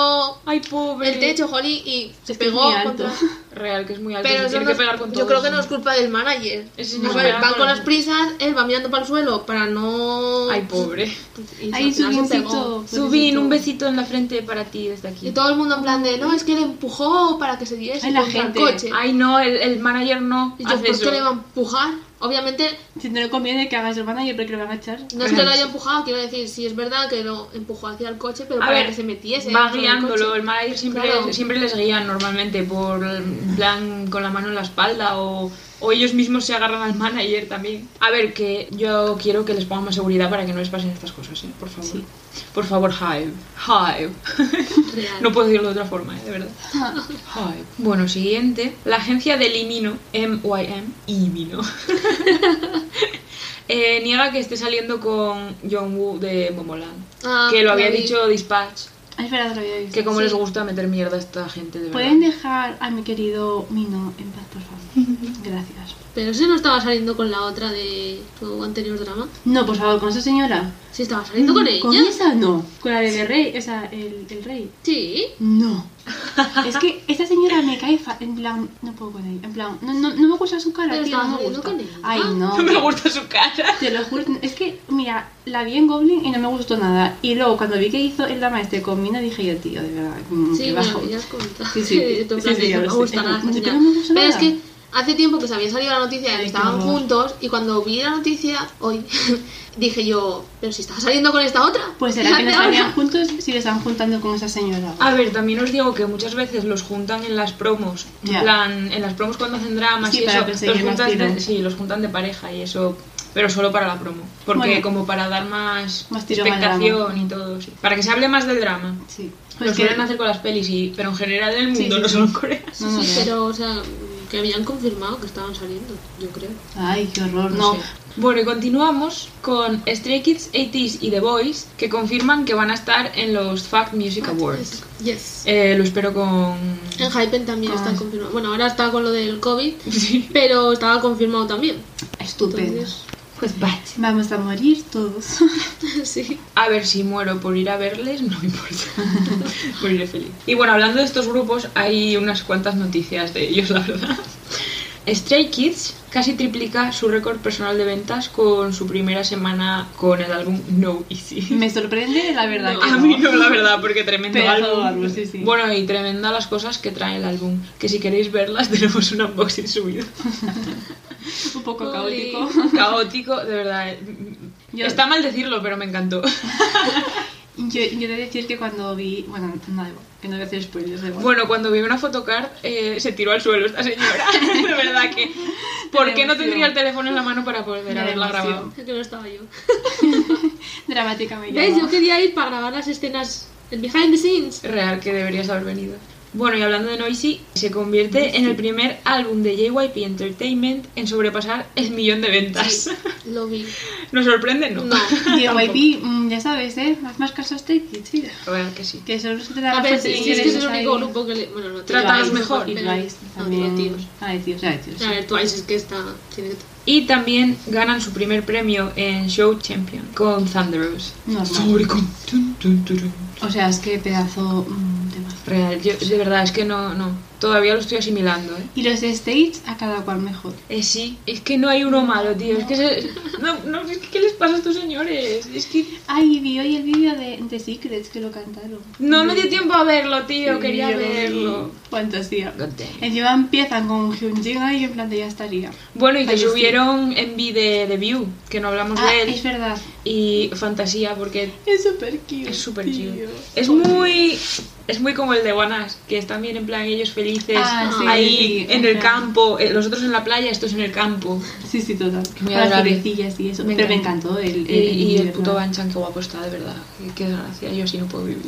[SPEAKER 1] Ay, pobre.
[SPEAKER 2] el techo, Holly, y se
[SPEAKER 3] Es que es
[SPEAKER 2] pegó
[SPEAKER 3] muy alto.
[SPEAKER 2] contra.
[SPEAKER 1] Real, que es muy alto.
[SPEAKER 2] Pero
[SPEAKER 1] se
[SPEAKER 2] eso
[SPEAKER 1] tiene
[SPEAKER 2] no
[SPEAKER 1] que
[SPEAKER 2] es-
[SPEAKER 1] pegar con todo.
[SPEAKER 2] yo creo que no es culpa del manager.
[SPEAKER 1] Ese
[SPEAKER 2] Pues,
[SPEAKER 1] no
[SPEAKER 2] a ver,
[SPEAKER 1] pega
[SPEAKER 2] van
[SPEAKER 1] con
[SPEAKER 2] con
[SPEAKER 1] la-
[SPEAKER 2] las prisas, él va mirando para el suelo para no.
[SPEAKER 1] Ay, pobre. pues,
[SPEAKER 2] Y
[SPEAKER 3] Ahí
[SPEAKER 2] al final se pegó.
[SPEAKER 3] Subincito.
[SPEAKER 1] Subin, un
[SPEAKER 3] besito.
[SPEAKER 1] besito en la frente para ti desde aquí.
[SPEAKER 2] Y todo el mundo en plan de, no, es que le empujó para que se diese
[SPEAKER 3] Ay, la
[SPEAKER 2] contra
[SPEAKER 3] gente.
[SPEAKER 2] el coche.
[SPEAKER 1] Ay, no, el, el manager no
[SPEAKER 2] y yo, ¿por
[SPEAKER 1] hace
[SPEAKER 2] qué
[SPEAKER 1] eso.
[SPEAKER 2] le iba a empujar? Obviamente,
[SPEAKER 3] Si no le conviene que hagas el manager porque lo van a echar.
[SPEAKER 2] no es que lo haya empujado, quiero decir, sí es verdad que lo empujó hacia el coche, pero
[SPEAKER 1] A
[SPEAKER 2] para
[SPEAKER 1] ver,
[SPEAKER 2] que se metiese.
[SPEAKER 1] Va
[SPEAKER 2] dentro del
[SPEAKER 1] guiándolo,
[SPEAKER 2] coche.
[SPEAKER 1] el manager siempre,
[SPEAKER 2] Claro.
[SPEAKER 1] siempre les guía normalmente por en plan con la mano en la espalda o, o ellos mismos se agarran al manager también. A ver, que yo quiero que les pongan más seguridad para que no les pasen estas cosas, ¿eh? por favor.
[SPEAKER 3] Sí.
[SPEAKER 1] Por favor, Hive. Hive.
[SPEAKER 2] Real.
[SPEAKER 1] no puedo decirlo de otra forma, ¿eh? de verdad. Hive. Bueno, siguiente. La agencia del IMINO, M-Y-M, IMINO, eh, niega que esté saliendo con Jongwoo de Momoland.
[SPEAKER 2] Ah,
[SPEAKER 1] que lo había
[SPEAKER 2] vi.
[SPEAKER 1] dicho Dispatch.
[SPEAKER 3] Ah, es verdad que lo había visto.
[SPEAKER 1] Que como
[SPEAKER 2] Sí.
[SPEAKER 1] les gusta meter mierda a esta gente, de verdad.
[SPEAKER 3] ¿Pueden dejar a mi querido Mino en paz, por favor? Gracias.
[SPEAKER 2] Pero ese no estaba saliendo con la otra de tu anterior drama.
[SPEAKER 3] No, por favor, con esa señora.
[SPEAKER 2] Sí, estaba saliendo con ella.
[SPEAKER 3] Mm, ¿Con esa? No. Con la del rey, o sea, el, el rey.
[SPEAKER 2] Sí.
[SPEAKER 3] No. es que esta señora me cae fa- en plan, no puedo con ella. En plan, no, no, no me gusta su cara,
[SPEAKER 2] Pero
[SPEAKER 3] tío, no me
[SPEAKER 2] estabas
[SPEAKER 3] gusta.
[SPEAKER 2] saliendo con ella. Ah,
[SPEAKER 3] Ay, no.
[SPEAKER 1] No me gusta su cara.
[SPEAKER 3] Te lo juro, es que, mira, la vi en Goblin y no me gustó nada. Y luego, cuando vi que hizo el dama este con Mina, dije yo, tío, de verdad, mm,
[SPEAKER 2] Sí,
[SPEAKER 3] qué
[SPEAKER 2] bueno,
[SPEAKER 3] bajo.
[SPEAKER 2] ya has comentado.
[SPEAKER 3] Sí, sí.
[SPEAKER 2] Tu
[SPEAKER 3] Sí,
[SPEAKER 2] plan
[SPEAKER 3] sí,
[SPEAKER 2] de
[SPEAKER 3] ya
[SPEAKER 2] no
[SPEAKER 3] lo
[SPEAKER 2] me
[SPEAKER 3] sé.
[SPEAKER 2] gusta nada. esta
[SPEAKER 3] No, pero
[SPEAKER 2] señora.
[SPEAKER 3] no me gusta
[SPEAKER 2] Pero es
[SPEAKER 3] nada.
[SPEAKER 2] que Hace tiempo que se había salido la noticia de que
[SPEAKER 3] Ay, qué
[SPEAKER 2] estaban
[SPEAKER 3] horror.
[SPEAKER 2] juntos y cuando vi la noticia hoy dije yo, pero si estaba saliendo con esta otra.
[SPEAKER 3] Pues será que no
[SPEAKER 2] Hace ahora.
[SPEAKER 3] estarían juntos si le están juntando con esa señora.
[SPEAKER 2] Ah,
[SPEAKER 1] A ver, también os digo que muchas veces los juntan en las promos. En
[SPEAKER 3] Ya.
[SPEAKER 1] plan, en las promos cuando hacen dramas
[SPEAKER 3] Sí,
[SPEAKER 1] y
[SPEAKER 3] para
[SPEAKER 1] eso,
[SPEAKER 3] perseguir
[SPEAKER 1] los
[SPEAKER 3] las
[SPEAKER 1] juntan, de,
[SPEAKER 3] tiras.
[SPEAKER 1] sí, los juntan de pareja y eso, pero solo para la promo. Porque
[SPEAKER 3] Bueno.
[SPEAKER 1] como para dar más,
[SPEAKER 3] Más tirón al drama.
[SPEAKER 1] expectación y todo, sí. Para que se hable más del drama.
[SPEAKER 3] Sí.
[SPEAKER 1] Lo
[SPEAKER 3] Pues que,
[SPEAKER 1] suelen hacer con las pelis, y, pero en general del
[SPEAKER 3] Sí,
[SPEAKER 1] mundo,
[SPEAKER 3] sí,
[SPEAKER 1] no
[SPEAKER 3] sí.
[SPEAKER 1] solo en Corea.
[SPEAKER 2] Sí,
[SPEAKER 3] No,
[SPEAKER 2] sí,
[SPEAKER 3] no.
[SPEAKER 2] pero, o sea, que habían confirmado que estaban saliendo, yo creo.
[SPEAKER 3] Ay, qué horror. No.
[SPEAKER 1] sé. Bueno, y continuamos con Stray Kids 80s y The Boys, que confirman que van a estar en los Fact Music
[SPEAKER 3] Ah,
[SPEAKER 1] Awards.
[SPEAKER 2] Yes.
[SPEAKER 1] Eh, lo espero con...
[SPEAKER 2] En Hypen también
[SPEAKER 3] Ah.
[SPEAKER 2] está confirmado. Bueno, ahora está con lo del COVID,
[SPEAKER 1] Sí.
[SPEAKER 2] pero estaba confirmado también.
[SPEAKER 3] Estupendo.
[SPEAKER 2] Entonces,
[SPEAKER 1] Pues vaya.
[SPEAKER 3] Vamos a morir todos.
[SPEAKER 2] sí.
[SPEAKER 1] A ver si muero por ir a verles, no me importa. Moriré feliz. Y bueno, hablando de estos grupos, hay unas cuantas noticias de ellos, la verdad. Stray Kids casi triplica su récord personal de ventas con su primera semana con el álbum No Easy.
[SPEAKER 3] Me sorprende, la verdad.
[SPEAKER 2] No.
[SPEAKER 3] que
[SPEAKER 1] A mí no, la verdad, porque tremendo
[SPEAKER 3] Pedazo de
[SPEAKER 1] álbum.
[SPEAKER 3] álbum, sí, sí.
[SPEAKER 1] Bueno, y tremenda las cosas que trae el álbum. Que si queréis verlas, tenemos un unboxing subido.
[SPEAKER 3] Un poco
[SPEAKER 2] Jolín.
[SPEAKER 3] caótico.
[SPEAKER 1] Caótico, de verdad. eh.
[SPEAKER 3] Yo-
[SPEAKER 1] Está mal decirlo, pero me encantó.
[SPEAKER 3] Yo, yo he de decir que cuando vi. Bueno, no, da igual, que no voy a hacer spoilers. da igual.
[SPEAKER 1] Bueno, cuando vi una photocard eh, se tiró al suelo esta señora. De verdad que. ¿Por qué no
[SPEAKER 3] emoción.
[SPEAKER 1] tendría el teléfono en la mano para poder
[SPEAKER 3] De
[SPEAKER 1] haberla
[SPEAKER 3] emoción.
[SPEAKER 1] grabado?
[SPEAKER 2] Que no estaba yo.
[SPEAKER 3] Dramáticamente.
[SPEAKER 2] ¿Ves? Yo quería ir para grabar las escenas, el behind the scenes.
[SPEAKER 1] Real que deberías haber venido. Bueno, y hablando de Noisy, se convierte en el primer álbum de JYP Entertainment en sobrepasar el millón de ventas.
[SPEAKER 2] Lo vi.
[SPEAKER 1] ¿Nos sorprende? No.
[SPEAKER 2] No.
[SPEAKER 3] Y YP, mm, ya sabes, ¿eh? Haz más caso a Stray Kids, mira.
[SPEAKER 1] Real que sí.
[SPEAKER 3] Que son los que te dan
[SPEAKER 2] A
[SPEAKER 3] la
[SPEAKER 2] ver,
[SPEAKER 3] fuerza
[SPEAKER 2] sí,
[SPEAKER 3] y
[SPEAKER 2] sí, es que es el
[SPEAKER 3] ahí.
[SPEAKER 2] único grupo que le. Bueno, no.
[SPEAKER 1] Trátalos
[SPEAKER 2] Twice,
[SPEAKER 1] mejor.
[SPEAKER 3] Y
[SPEAKER 2] pero-
[SPEAKER 3] Twice
[SPEAKER 2] No, digo
[SPEAKER 3] también.
[SPEAKER 2] tíos.
[SPEAKER 3] Ah, de tíos, ah, de tíos.
[SPEAKER 2] A ver, Twice es que está. Tiene que.
[SPEAKER 1] Y también ganan su primer premio en Show Champion con Thunderous.
[SPEAKER 3] Normal.
[SPEAKER 1] Sobre con- tun, tun, turun.
[SPEAKER 3] O sea, es que pedazo mm, temazo.
[SPEAKER 1] Real, yo de verdad es que no, no. Todavía lo estoy asimilando, ¿eh?
[SPEAKER 3] Y los stage a cada cual mejor.
[SPEAKER 1] Eh, sí, es que no hay uno malo, tío. Es que se... no, no, es que ¿qué les pasa a estos señores? Es que
[SPEAKER 3] Ay, vi hoy el vídeo de, de Secrets que lo cantaron.
[SPEAKER 1] no me dio tiempo a verlo, tío.
[SPEAKER 3] Sí,
[SPEAKER 1] Quería
[SPEAKER 3] yo lo vi.
[SPEAKER 1] verlo.
[SPEAKER 3] Fantasía.
[SPEAKER 1] God damn.
[SPEAKER 3] Encima empiezan con Hyunjin ahí en plan de ya estaría.
[SPEAKER 1] Bueno, y que
[SPEAKER 3] Fallecido.
[SPEAKER 1] subieron Envy de, de View, que no hablamos
[SPEAKER 3] Ah,
[SPEAKER 1] de él,
[SPEAKER 3] es verdad.
[SPEAKER 1] y Fantasía, porque
[SPEAKER 3] Es súper cute.
[SPEAKER 1] es súper cute.
[SPEAKER 3] tío.
[SPEAKER 1] Es muy... Es muy como el de Guanas, que están bien en plan ellos felices,
[SPEAKER 3] Ah,
[SPEAKER 2] sí,
[SPEAKER 1] ahí
[SPEAKER 3] sí,
[SPEAKER 1] en
[SPEAKER 3] en
[SPEAKER 1] el
[SPEAKER 3] plan.
[SPEAKER 1] campo, eh, los otros en la playa, estos en el campo.
[SPEAKER 3] Sí, sí, total.
[SPEAKER 1] Muy
[SPEAKER 3] Con las
[SPEAKER 1] adorable.
[SPEAKER 3] florecillas y eso.
[SPEAKER 1] Me
[SPEAKER 3] Pero me
[SPEAKER 1] encanta.
[SPEAKER 3] encantó el,
[SPEAKER 1] Y, Eh, y el
[SPEAKER 3] de
[SPEAKER 1] puto
[SPEAKER 3] verdad.
[SPEAKER 1] Banchan, qué guapo está, de verdad. Qué- Qué gracia, yo así no puedo vivir.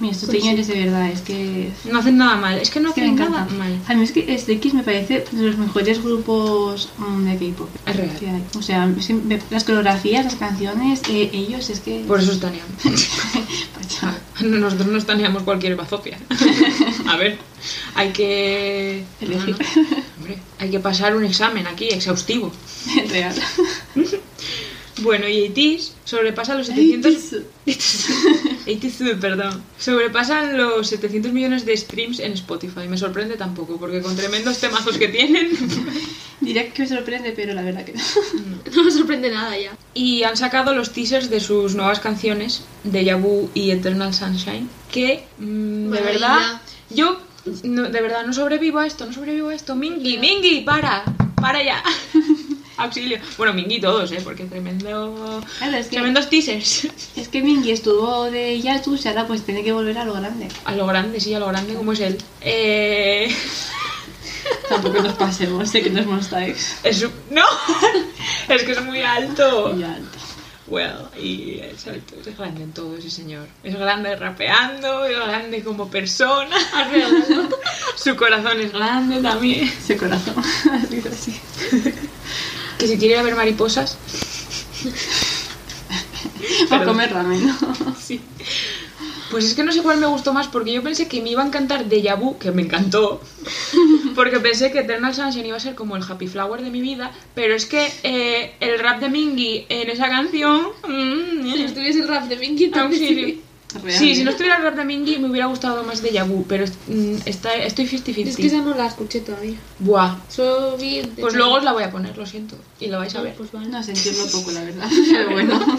[SPEAKER 3] Mira, estos
[SPEAKER 1] Pues
[SPEAKER 3] señores de verdad, es que.
[SPEAKER 1] No hacen nada mal, es que no
[SPEAKER 3] Es que me
[SPEAKER 1] hacen nada
[SPEAKER 3] encanta.
[SPEAKER 1] mal.
[SPEAKER 3] A mí es que Stray Kids me parece de los mejores grupos mm, de K-pop.
[SPEAKER 1] Es real.
[SPEAKER 3] que hay. O sea, es que me- las coreografías, las canciones, eh, ellos es que.
[SPEAKER 1] Por eso estaneamos.
[SPEAKER 3] Pacha.
[SPEAKER 1] Nosotros no estaneamos cualquier bazofia. A ver, hay que.
[SPEAKER 3] Elegir.
[SPEAKER 1] Hombre, hay que pasar un examen aquí, exhaustivo.
[SPEAKER 3] Real.
[SPEAKER 1] Bueno, y ATs sobrepasa los 700. 80s, perdón. Sobrepasan los 700 millones de streams en Spotify. Me sorprende tampoco, porque con tremendos temazos que tienen.
[SPEAKER 3] Diría que me sorprende, pero la verdad que no.
[SPEAKER 2] No me sorprende nada ya.
[SPEAKER 1] Y han sacado los teasers de sus nuevas canciones, de Vu y Eternal Sunshine, que mm, de
[SPEAKER 2] Maravilla.
[SPEAKER 1] verdad, yo no- de verdad no sobrevivo a esto, no sobrevivo a esto. Mingy, Mingy, para, para ya. Auxilio. Bueno, Mingy todos, ¿eh? Porque tremendo...
[SPEAKER 3] Claro, es que,
[SPEAKER 1] Tremendos teasers.
[SPEAKER 3] es que Mingy estuvo de Yatus y ahora pues tiene que volver a lo grande.
[SPEAKER 1] A lo grande, sí, a lo grande como es él. Eh...
[SPEAKER 3] Tampoco nos pasemos, sé que nos mostáis.
[SPEAKER 1] Es... un- No, es que es muy alto.
[SPEAKER 3] Ya alto.
[SPEAKER 1] Well, y exacto, es grande en todo ese señor. Es grande rapeando, es grande como persona. Su corazón es grande también.
[SPEAKER 3] Ese corazón. Ha sido así.
[SPEAKER 1] Que si quiere ir a ver mariposas,
[SPEAKER 3] Va a
[SPEAKER 1] Perdón.
[SPEAKER 3] comer ramen, ¿no?
[SPEAKER 1] sí. Pues es que no sé cuál me gustó más, porque yo pensé que me iba a encantar Deja Vu, que me encantó. Porque pensé que Eternal Sunshine iba a ser como el happy flower de mi vida, pero es que eh, el rap de Mingy en esa canción. mm,
[SPEAKER 2] Si no estuviese el rap de Minky,
[SPEAKER 1] auxilio.
[SPEAKER 2] también.
[SPEAKER 3] Real.
[SPEAKER 1] Sí, si no estuviera el rap de Mingy me hubiera gustado más de Vu, pero es- mm, está, estoy 50-50.
[SPEAKER 2] Es que esa no la escuché todavía.
[SPEAKER 1] Buah.
[SPEAKER 2] Solo vi. el de
[SPEAKER 1] Pues
[SPEAKER 2] Chayanne.
[SPEAKER 1] luego os la voy a poner, lo siento. Y la vais a ver.
[SPEAKER 2] Pues vale.
[SPEAKER 3] No sé, entiendo poco, la verdad. Pero bueno.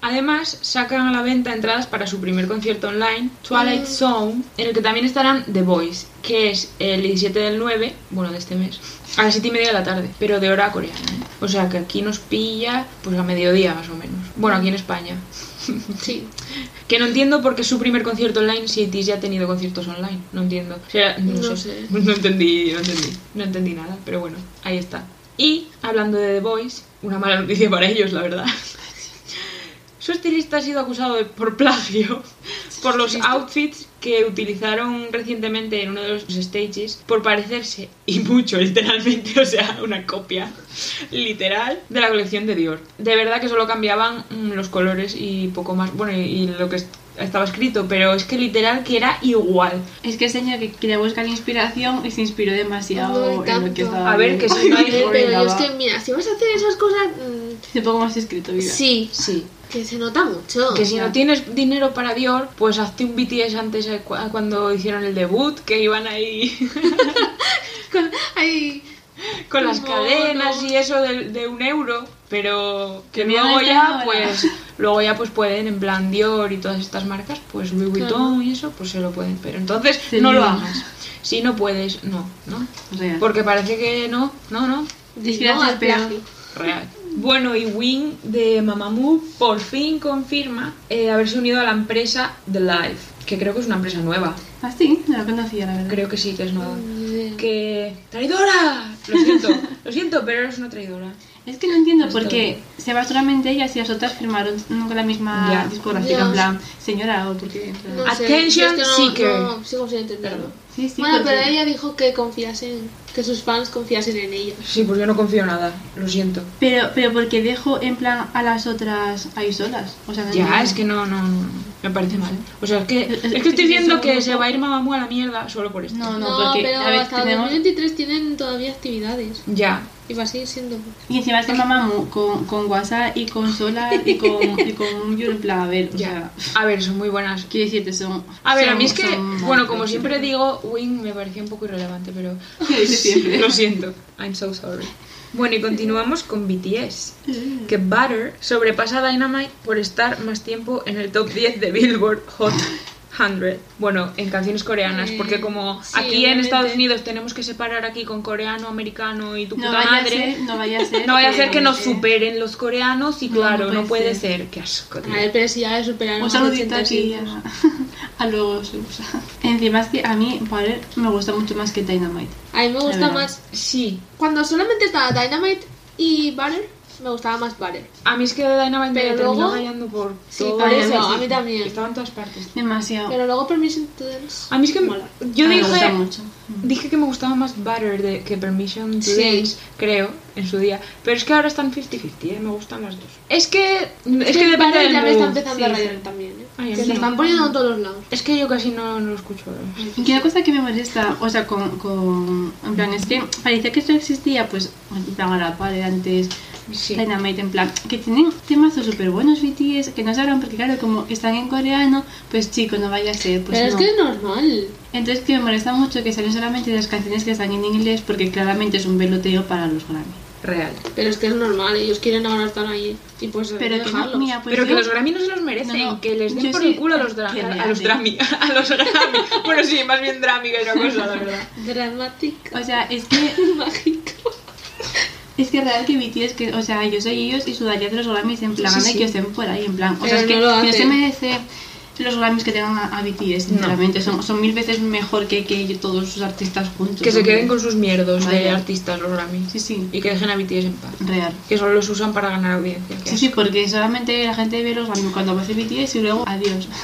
[SPEAKER 1] Además, sacan a la venta entradas para su primer concierto online,
[SPEAKER 2] Ah.
[SPEAKER 1] Twilight Zone, en el que también estarán The Voice, que es el 17 del 9, bueno, de este mes, a las 7 y media de la tarde, pero de hora coreana. ¿eh? O sea que aquí nos pilla pues a mediodía más o menos. Bueno, aquí en España.
[SPEAKER 2] Sí.
[SPEAKER 1] Que no entiendo por qué es su primer concierto online si Tis ya ha tenido conciertos online. No entiendo. O sea, no,
[SPEAKER 2] No
[SPEAKER 1] sé.
[SPEAKER 2] sé.
[SPEAKER 1] No entendí, no entendí. No entendí nada, pero bueno, ahí está. Y hablando de The Voice, una mala noticia para ellos, la verdad. Su estilista ha sido acusado de, por plagio por los outfits que utilizaron recientemente en uno de los stages por parecerse, y mucho literalmente, o sea, una copia literal de la colección de Dior. De verdad que solo cambiaban mm, los colores y poco más, bueno, y, y lo que est- estaba escrito, pero es que literal que era igual.
[SPEAKER 3] Es que el señor que quería buscar inspiración y se inspiró
[SPEAKER 2] Ay,
[SPEAKER 3] demasiado en lo que
[SPEAKER 2] tanto.
[SPEAKER 3] estaba.
[SPEAKER 1] A ver, que si no hay-
[SPEAKER 2] Pero yo es
[SPEAKER 3] es
[SPEAKER 2] que, mira, si vas a hacer esas cosas, mm,
[SPEAKER 3] Un poco más escrito, vida.
[SPEAKER 2] sí,
[SPEAKER 1] Sí.
[SPEAKER 2] que se nota mucho.
[SPEAKER 1] Que si
[SPEAKER 3] Ya.
[SPEAKER 1] no tienes dinero para Dior, pues hazte un BTS antes eh, cu- cuando hicieron el debut, que iban ahí
[SPEAKER 2] Con- ay,
[SPEAKER 1] con las
[SPEAKER 2] No,
[SPEAKER 1] cadenas
[SPEAKER 2] no.
[SPEAKER 1] y eso de, de un euro, pero que
[SPEAKER 3] Tenían
[SPEAKER 1] luego
[SPEAKER 3] el
[SPEAKER 1] ya
[SPEAKER 3] tema,
[SPEAKER 1] pues luego ya pues pueden en plan Dior y todas estas marcas, pues Louis Vuitton y eso, pues se lo pueden, pero entonces
[SPEAKER 3] Sí,
[SPEAKER 1] no lo
[SPEAKER 3] no.
[SPEAKER 1] hagas. Si no puedes, no, no,
[SPEAKER 3] Real.
[SPEAKER 1] porque parece que no, no, no,
[SPEAKER 3] Disgracia,
[SPEAKER 2] no al
[SPEAKER 3] pero-
[SPEAKER 2] plagio.
[SPEAKER 1] real. Bueno, y Wing de Mamamoo por fin confirma eh, haberse unido a la empresa The Life, que creo que es una empresa nueva.
[SPEAKER 3] Ah, sí, no lo conocía, la verdad.
[SPEAKER 1] Creo que sí que es nueva.
[SPEAKER 2] Mm,
[SPEAKER 1] Que traidora. Lo siento, lo siento, pero eres una traidora.
[SPEAKER 3] Es que no entiendo
[SPEAKER 1] Está
[SPEAKER 3] por qué se va solamente ella si las otras firmaron con la misma
[SPEAKER 1] Ya.
[SPEAKER 3] discográfica.
[SPEAKER 2] Ya.
[SPEAKER 3] En plan, señora, o por qué.
[SPEAKER 2] no sé,
[SPEAKER 1] Attention
[SPEAKER 2] yo es que no-
[SPEAKER 1] seeker.
[SPEAKER 2] no, sigo sin entenderlo.
[SPEAKER 3] Sí, sí,
[SPEAKER 2] bueno,
[SPEAKER 3] porque-
[SPEAKER 2] pero ella dijo que confiasen, que sus fans confiasen en ella.
[SPEAKER 1] Sí, pues yo no confío nada, lo siento.
[SPEAKER 3] Pero, pero porque dejo en plan a las otras ahí solas. O sea, no
[SPEAKER 1] Ya,
[SPEAKER 3] entiendo.
[SPEAKER 1] es que no, no, no, me parece mal. O sea, es que,
[SPEAKER 3] Es-
[SPEAKER 1] es que estoy
[SPEAKER 3] es-
[SPEAKER 1] viendo
[SPEAKER 3] es
[SPEAKER 1] que
[SPEAKER 3] un
[SPEAKER 1] se
[SPEAKER 3] grupo.
[SPEAKER 1] va a ir Mamamoo a la mierda solo por esto.
[SPEAKER 3] No, no,
[SPEAKER 2] No,
[SPEAKER 3] porque
[SPEAKER 2] pero
[SPEAKER 3] a ver,
[SPEAKER 2] hasta
[SPEAKER 3] tenemos...
[SPEAKER 2] 2023 tienen todavía actividades.
[SPEAKER 1] Ya,
[SPEAKER 2] Y va a seguir siendo.
[SPEAKER 3] Y encima es que Mamamoo con, con WhatsApp y con Solar y con, y con Yuri, en plan, a ver, o
[SPEAKER 1] ya.
[SPEAKER 3] sea,
[SPEAKER 1] A ver, son muy buenas.
[SPEAKER 3] quiero decirte, son...
[SPEAKER 1] A ver, a
[SPEAKER 3] son-
[SPEAKER 1] mí es que,
[SPEAKER 3] son-
[SPEAKER 1] bueno, como siempre digo, Wing me parecía un poco irrelevante, pero
[SPEAKER 3] Lo dices siempre.
[SPEAKER 1] lo siento. I'm so sorry. Bueno, y continuamos con BTS. que Butter sobrepasa a Dynamite por estar más tiempo en el top 10 de Billboard Hot 100. Bueno, en canciones coreanas,
[SPEAKER 2] Eh,
[SPEAKER 1] porque como
[SPEAKER 2] sí,
[SPEAKER 1] aquí en
[SPEAKER 2] obviamente.
[SPEAKER 1] Estados Unidos tenemos que separar aquí con coreano, americano y tu
[SPEAKER 3] No
[SPEAKER 1] puta
[SPEAKER 3] vaya, a
[SPEAKER 1] madre,
[SPEAKER 3] ser, no vaya a ser...
[SPEAKER 1] no vaya a ser que nos
[SPEAKER 3] eh,
[SPEAKER 1] superen los coreanos y
[SPEAKER 3] No,
[SPEAKER 1] claro, no
[SPEAKER 3] no
[SPEAKER 1] puede,
[SPEAKER 3] puede
[SPEAKER 1] ser. Qué asco, tío.
[SPEAKER 2] A ver, pero si ya superaron
[SPEAKER 3] Un
[SPEAKER 2] los
[SPEAKER 3] saludito
[SPEAKER 2] 80
[SPEAKER 3] aquí
[SPEAKER 2] y-
[SPEAKER 3] a, a los... Encima es que a mí, Butter, me gusta mucho más que Dynamite.
[SPEAKER 2] A mí me
[SPEAKER 3] De
[SPEAKER 2] gusta
[SPEAKER 3] verdad.
[SPEAKER 2] más.
[SPEAKER 1] Sí,
[SPEAKER 2] Cuando solamente estaba Dynamite y Butter, me gustaba más Butter.
[SPEAKER 1] a mí es que Dynamite me
[SPEAKER 2] Pero
[SPEAKER 1] terminó
[SPEAKER 2] luego-
[SPEAKER 1] rayando por
[SPEAKER 2] Sí,
[SPEAKER 1] todo.
[SPEAKER 2] por
[SPEAKER 3] a mí
[SPEAKER 2] eso,
[SPEAKER 3] sí.
[SPEAKER 2] a mí también.
[SPEAKER 1] Estaba en todas partes.
[SPEAKER 3] Demasiado.
[SPEAKER 2] Pero luego Permission to Dance.
[SPEAKER 1] A mí es que
[SPEAKER 2] Mola.
[SPEAKER 1] yo
[SPEAKER 3] Ah, me gusta
[SPEAKER 1] dije,
[SPEAKER 3] mucho.
[SPEAKER 1] Dije que me gustaba más Butter de, que Permission to
[SPEAKER 2] Sí.
[SPEAKER 1] Dance, creo, en su día. Pero es que ahora están 50-50, ¿eh? me gustan las dos. Es que, es que depende
[SPEAKER 2] Butter
[SPEAKER 1] del
[SPEAKER 2] ya me está
[SPEAKER 1] mood.
[SPEAKER 2] empezando
[SPEAKER 3] sí,
[SPEAKER 2] a
[SPEAKER 3] sí.
[SPEAKER 2] rayar también, ¿eh?
[SPEAKER 1] Ay, a
[SPEAKER 2] que
[SPEAKER 1] mí
[SPEAKER 2] se
[SPEAKER 1] no.
[SPEAKER 2] están poniendo en todos los lados.
[SPEAKER 1] Es que yo casi no, no lo escucho. ahora.
[SPEAKER 3] Y una cosa que me molesta, o sea, con, con- En plan, es que parecía que esto existía, pues, en plan a la par de antes,
[SPEAKER 1] Sí.
[SPEAKER 3] Dynamite, en plan, que tienen temazos súper buenos BTS, que no sabrán, porque claro, como están en coreano, pues chico, no vaya a ser, pues
[SPEAKER 2] pero
[SPEAKER 3] no.
[SPEAKER 2] es que es normal.
[SPEAKER 3] Entonces que me molesta mucho que salen solamente las canciones que están en inglés, porque claramente es un veloteo para los Grammy.
[SPEAKER 1] Real.
[SPEAKER 2] Pero es que es normal, ellos quieren ahora estar ahí. Y pues
[SPEAKER 3] Pero que no,
[SPEAKER 2] dejarlos.
[SPEAKER 3] mira, pues
[SPEAKER 1] Pero que
[SPEAKER 3] yo-
[SPEAKER 1] los Grammy no se los merecen,
[SPEAKER 3] No, no,
[SPEAKER 1] que les den
[SPEAKER 3] yo
[SPEAKER 1] por
[SPEAKER 3] sí-
[SPEAKER 1] el culo a los,
[SPEAKER 3] que
[SPEAKER 1] dra-
[SPEAKER 3] me
[SPEAKER 1] a los
[SPEAKER 3] hacen.
[SPEAKER 1] Grammy. A los Grammy. bueno, sí, más bien Grammy que otra cosa, la verdad.
[SPEAKER 2] Dramático.
[SPEAKER 3] O sea, es que...
[SPEAKER 2] Mágico.
[SPEAKER 3] Es que es real que BTS, que, o sea, yo soy ellos y sudaría de los Grammys en plan,
[SPEAKER 2] Sí,
[SPEAKER 3] anda
[SPEAKER 2] sí.
[SPEAKER 3] que estén por ahí, en plan. O
[SPEAKER 2] Pero
[SPEAKER 3] sea, es que
[SPEAKER 2] no lo
[SPEAKER 3] que no se
[SPEAKER 2] hacen.
[SPEAKER 3] merece los Grammys que tengan a, a BTS, sinceramente. Son, son mil veces mejor que, que todos sus artistas juntos.
[SPEAKER 1] Que se
[SPEAKER 3] hombre.
[SPEAKER 1] queden con sus mierdos de
[SPEAKER 3] Vaya.
[SPEAKER 1] artistas los Grammy.
[SPEAKER 3] Sí, sí,
[SPEAKER 1] Y que dejen a BTS en paz.
[SPEAKER 3] real.
[SPEAKER 1] Que solo los usan para ganar audiencia. que
[SPEAKER 3] Sí, sí, porque solamente la gente ve los Grammys cuando aparece BTS y luego adiós.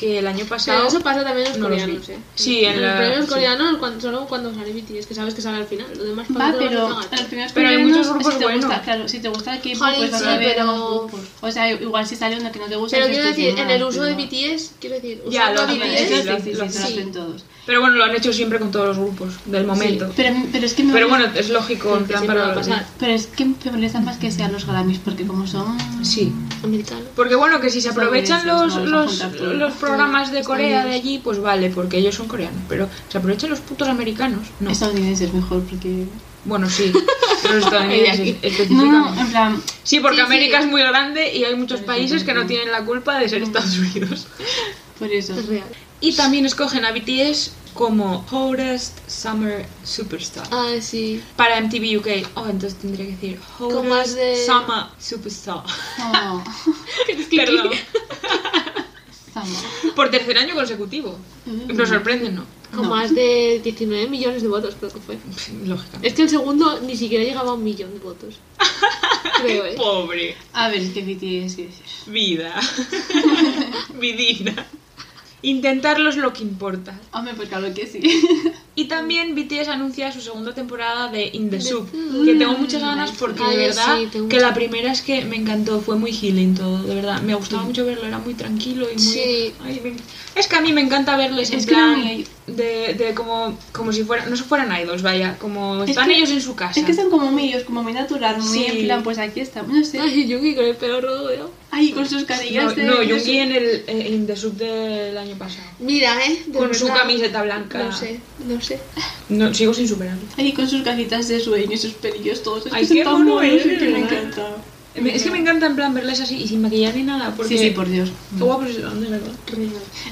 [SPEAKER 1] Que el año pasado...
[SPEAKER 2] Pero eso pasa también en los
[SPEAKER 1] No los
[SPEAKER 2] coreanos,
[SPEAKER 1] vi.
[SPEAKER 2] ¿eh?
[SPEAKER 1] Sí, en
[SPEAKER 2] los
[SPEAKER 1] la-
[SPEAKER 2] premios
[SPEAKER 1] sí.
[SPEAKER 2] coreanos cuando, solo cuando sale BTS, que sabes que sale al final. Lo demás
[SPEAKER 3] Va,
[SPEAKER 2] pasa que
[SPEAKER 3] pero
[SPEAKER 2] no vas a
[SPEAKER 3] los
[SPEAKER 2] pagar.
[SPEAKER 3] primeros
[SPEAKER 1] Pero hay
[SPEAKER 3] coreanos,
[SPEAKER 1] muchos grupos
[SPEAKER 3] si te gusta,
[SPEAKER 1] buenos.
[SPEAKER 3] Claro, si te gusta el K-pop,
[SPEAKER 2] Jolín,
[SPEAKER 3] pues vas
[SPEAKER 2] sí,
[SPEAKER 3] a ver
[SPEAKER 2] pero-
[SPEAKER 3] los grupos. O sea, igual si sale una que no te gusta...
[SPEAKER 2] Pero
[SPEAKER 3] dices
[SPEAKER 2] quiero
[SPEAKER 3] tú,
[SPEAKER 2] decir, en
[SPEAKER 3] "Nah,
[SPEAKER 2] el uso de
[SPEAKER 3] pero-".
[SPEAKER 2] BTS, quiero decir,
[SPEAKER 1] Ya,
[SPEAKER 2] usando
[SPEAKER 1] lo
[SPEAKER 2] a
[SPEAKER 1] hacen,
[SPEAKER 2] BTS,
[SPEAKER 1] eso
[SPEAKER 3] Eso sí, sí, sí,
[SPEAKER 1] lo
[SPEAKER 3] se lo
[SPEAKER 2] hacen.
[SPEAKER 3] hacen todos.
[SPEAKER 1] Pero bueno, lo han hecho siempre con todos los grupos del momento.
[SPEAKER 3] Sí, pero, pero es que me
[SPEAKER 1] Pero
[SPEAKER 3] molesta-
[SPEAKER 1] bueno, es lógico, en
[SPEAKER 2] porque
[SPEAKER 1] plan para
[SPEAKER 2] siempre
[SPEAKER 1] ¿eh?
[SPEAKER 2] va a pasar.
[SPEAKER 3] Pero es que me molesta más que sean los Grammys, porque como son...
[SPEAKER 1] Sí.
[SPEAKER 2] Americano.
[SPEAKER 1] Porque bueno, que si se aprovechan los,
[SPEAKER 3] Estadounidenses, no los
[SPEAKER 1] los,
[SPEAKER 3] van a juntar todos.
[SPEAKER 1] los programas de
[SPEAKER 2] Sí,
[SPEAKER 1] Corea de
[SPEAKER 2] estadounidenses.
[SPEAKER 1] allí, pues vale, porque ellos son coreanos. Pero se aprovechan los putos americanos. No.
[SPEAKER 3] Estadounidenses mejor, porque...
[SPEAKER 1] Bueno, sí. entre los estadounidenses
[SPEAKER 2] Ella aquí.
[SPEAKER 3] No,
[SPEAKER 1] específicamente.
[SPEAKER 3] no, en plan.
[SPEAKER 1] Sí, porque
[SPEAKER 2] Sí, sí.
[SPEAKER 1] América es muy grande y hay muchos
[SPEAKER 3] Pero
[SPEAKER 1] países
[SPEAKER 3] sí,
[SPEAKER 1] que no
[SPEAKER 3] sí.
[SPEAKER 1] tienen la culpa de ser Estados Unidos.
[SPEAKER 3] Por eso.
[SPEAKER 2] Es real.
[SPEAKER 1] Y también escogen a BTS como Hottest Summer Superstar.
[SPEAKER 2] Ah, sí.
[SPEAKER 1] Para MTV UK. Oh, entonces tendría que decir
[SPEAKER 2] Con más
[SPEAKER 1] Hottest
[SPEAKER 2] de-
[SPEAKER 1] Summer Superstar.
[SPEAKER 3] No.
[SPEAKER 1] Perdón.
[SPEAKER 3] Estamos.
[SPEAKER 1] Por tercer año consecutivo. Nos sorprenden, ¿no?
[SPEAKER 2] Con
[SPEAKER 3] No.
[SPEAKER 2] más de 19 millones de votos, creo que fue.
[SPEAKER 1] Lógica.
[SPEAKER 2] Es que el segundo ni siquiera llegaba a un millón de votos. Creo, ¿eh?
[SPEAKER 1] Pobre.
[SPEAKER 3] A ver, es que BTS, ¿qué decir?
[SPEAKER 1] Vida. Vidina. Intentarlo es lo que importa.
[SPEAKER 3] Hombre, pues claro que sí.
[SPEAKER 1] Y también BTS anuncia su segunda temporada de In The
[SPEAKER 2] The
[SPEAKER 1] Soup,
[SPEAKER 2] Soup.
[SPEAKER 1] que tengo muchas ganas porque
[SPEAKER 2] Ay,
[SPEAKER 1] de verdad
[SPEAKER 2] sí, tengo
[SPEAKER 1] que
[SPEAKER 2] muchas
[SPEAKER 1] la primera es que me encantó, fue muy healing todo, de verdad. Me gustaba mucho verlo, era muy tranquilo y muy...
[SPEAKER 2] Sí.
[SPEAKER 1] Ay, me- Es que a mí me encanta verles en
[SPEAKER 3] Es que era
[SPEAKER 1] plan
[SPEAKER 3] muy-
[SPEAKER 1] de, de como, como si fueran, no se fueran idols, vaya, como
[SPEAKER 3] Es
[SPEAKER 1] están
[SPEAKER 3] que-
[SPEAKER 1] ellos en su casa.
[SPEAKER 3] Es que son como míos, como muy natural, muy
[SPEAKER 1] Sí.
[SPEAKER 3] en plan, pues aquí estamos, no sé.
[SPEAKER 2] Ay, Yuki con el pelo rodeado.
[SPEAKER 3] Ay, con sus
[SPEAKER 1] No,
[SPEAKER 3] carillas
[SPEAKER 2] este
[SPEAKER 3] de...
[SPEAKER 1] no
[SPEAKER 3] de
[SPEAKER 1] Yoongi
[SPEAKER 3] su-
[SPEAKER 1] en el eh, In The Soup del año pasado.
[SPEAKER 2] Mira, ¿eh? De
[SPEAKER 1] Con su
[SPEAKER 2] verdad.
[SPEAKER 1] camiseta blanca.
[SPEAKER 2] No sé, no sé.
[SPEAKER 1] No, sigo sin superarlo.
[SPEAKER 3] Ay, con sus cajitas de sueño, sus pelillos todos. Es
[SPEAKER 1] Ay,
[SPEAKER 3] que son
[SPEAKER 1] qué
[SPEAKER 3] tan
[SPEAKER 1] mono
[SPEAKER 3] monos,
[SPEAKER 1] eres,
[SPEAKER 3] que me
[SPEAKER 1] ¿verdad?
[SPEAKER 3] encanta.
[SPEAKER 1] Me- Es que me encanta en plan verles así y sin maquillar ni nada, porque...
[SPEAKER 3] Sí, sí, por Dios.
[SPEAKER 1] Qué guapos están, de verdad.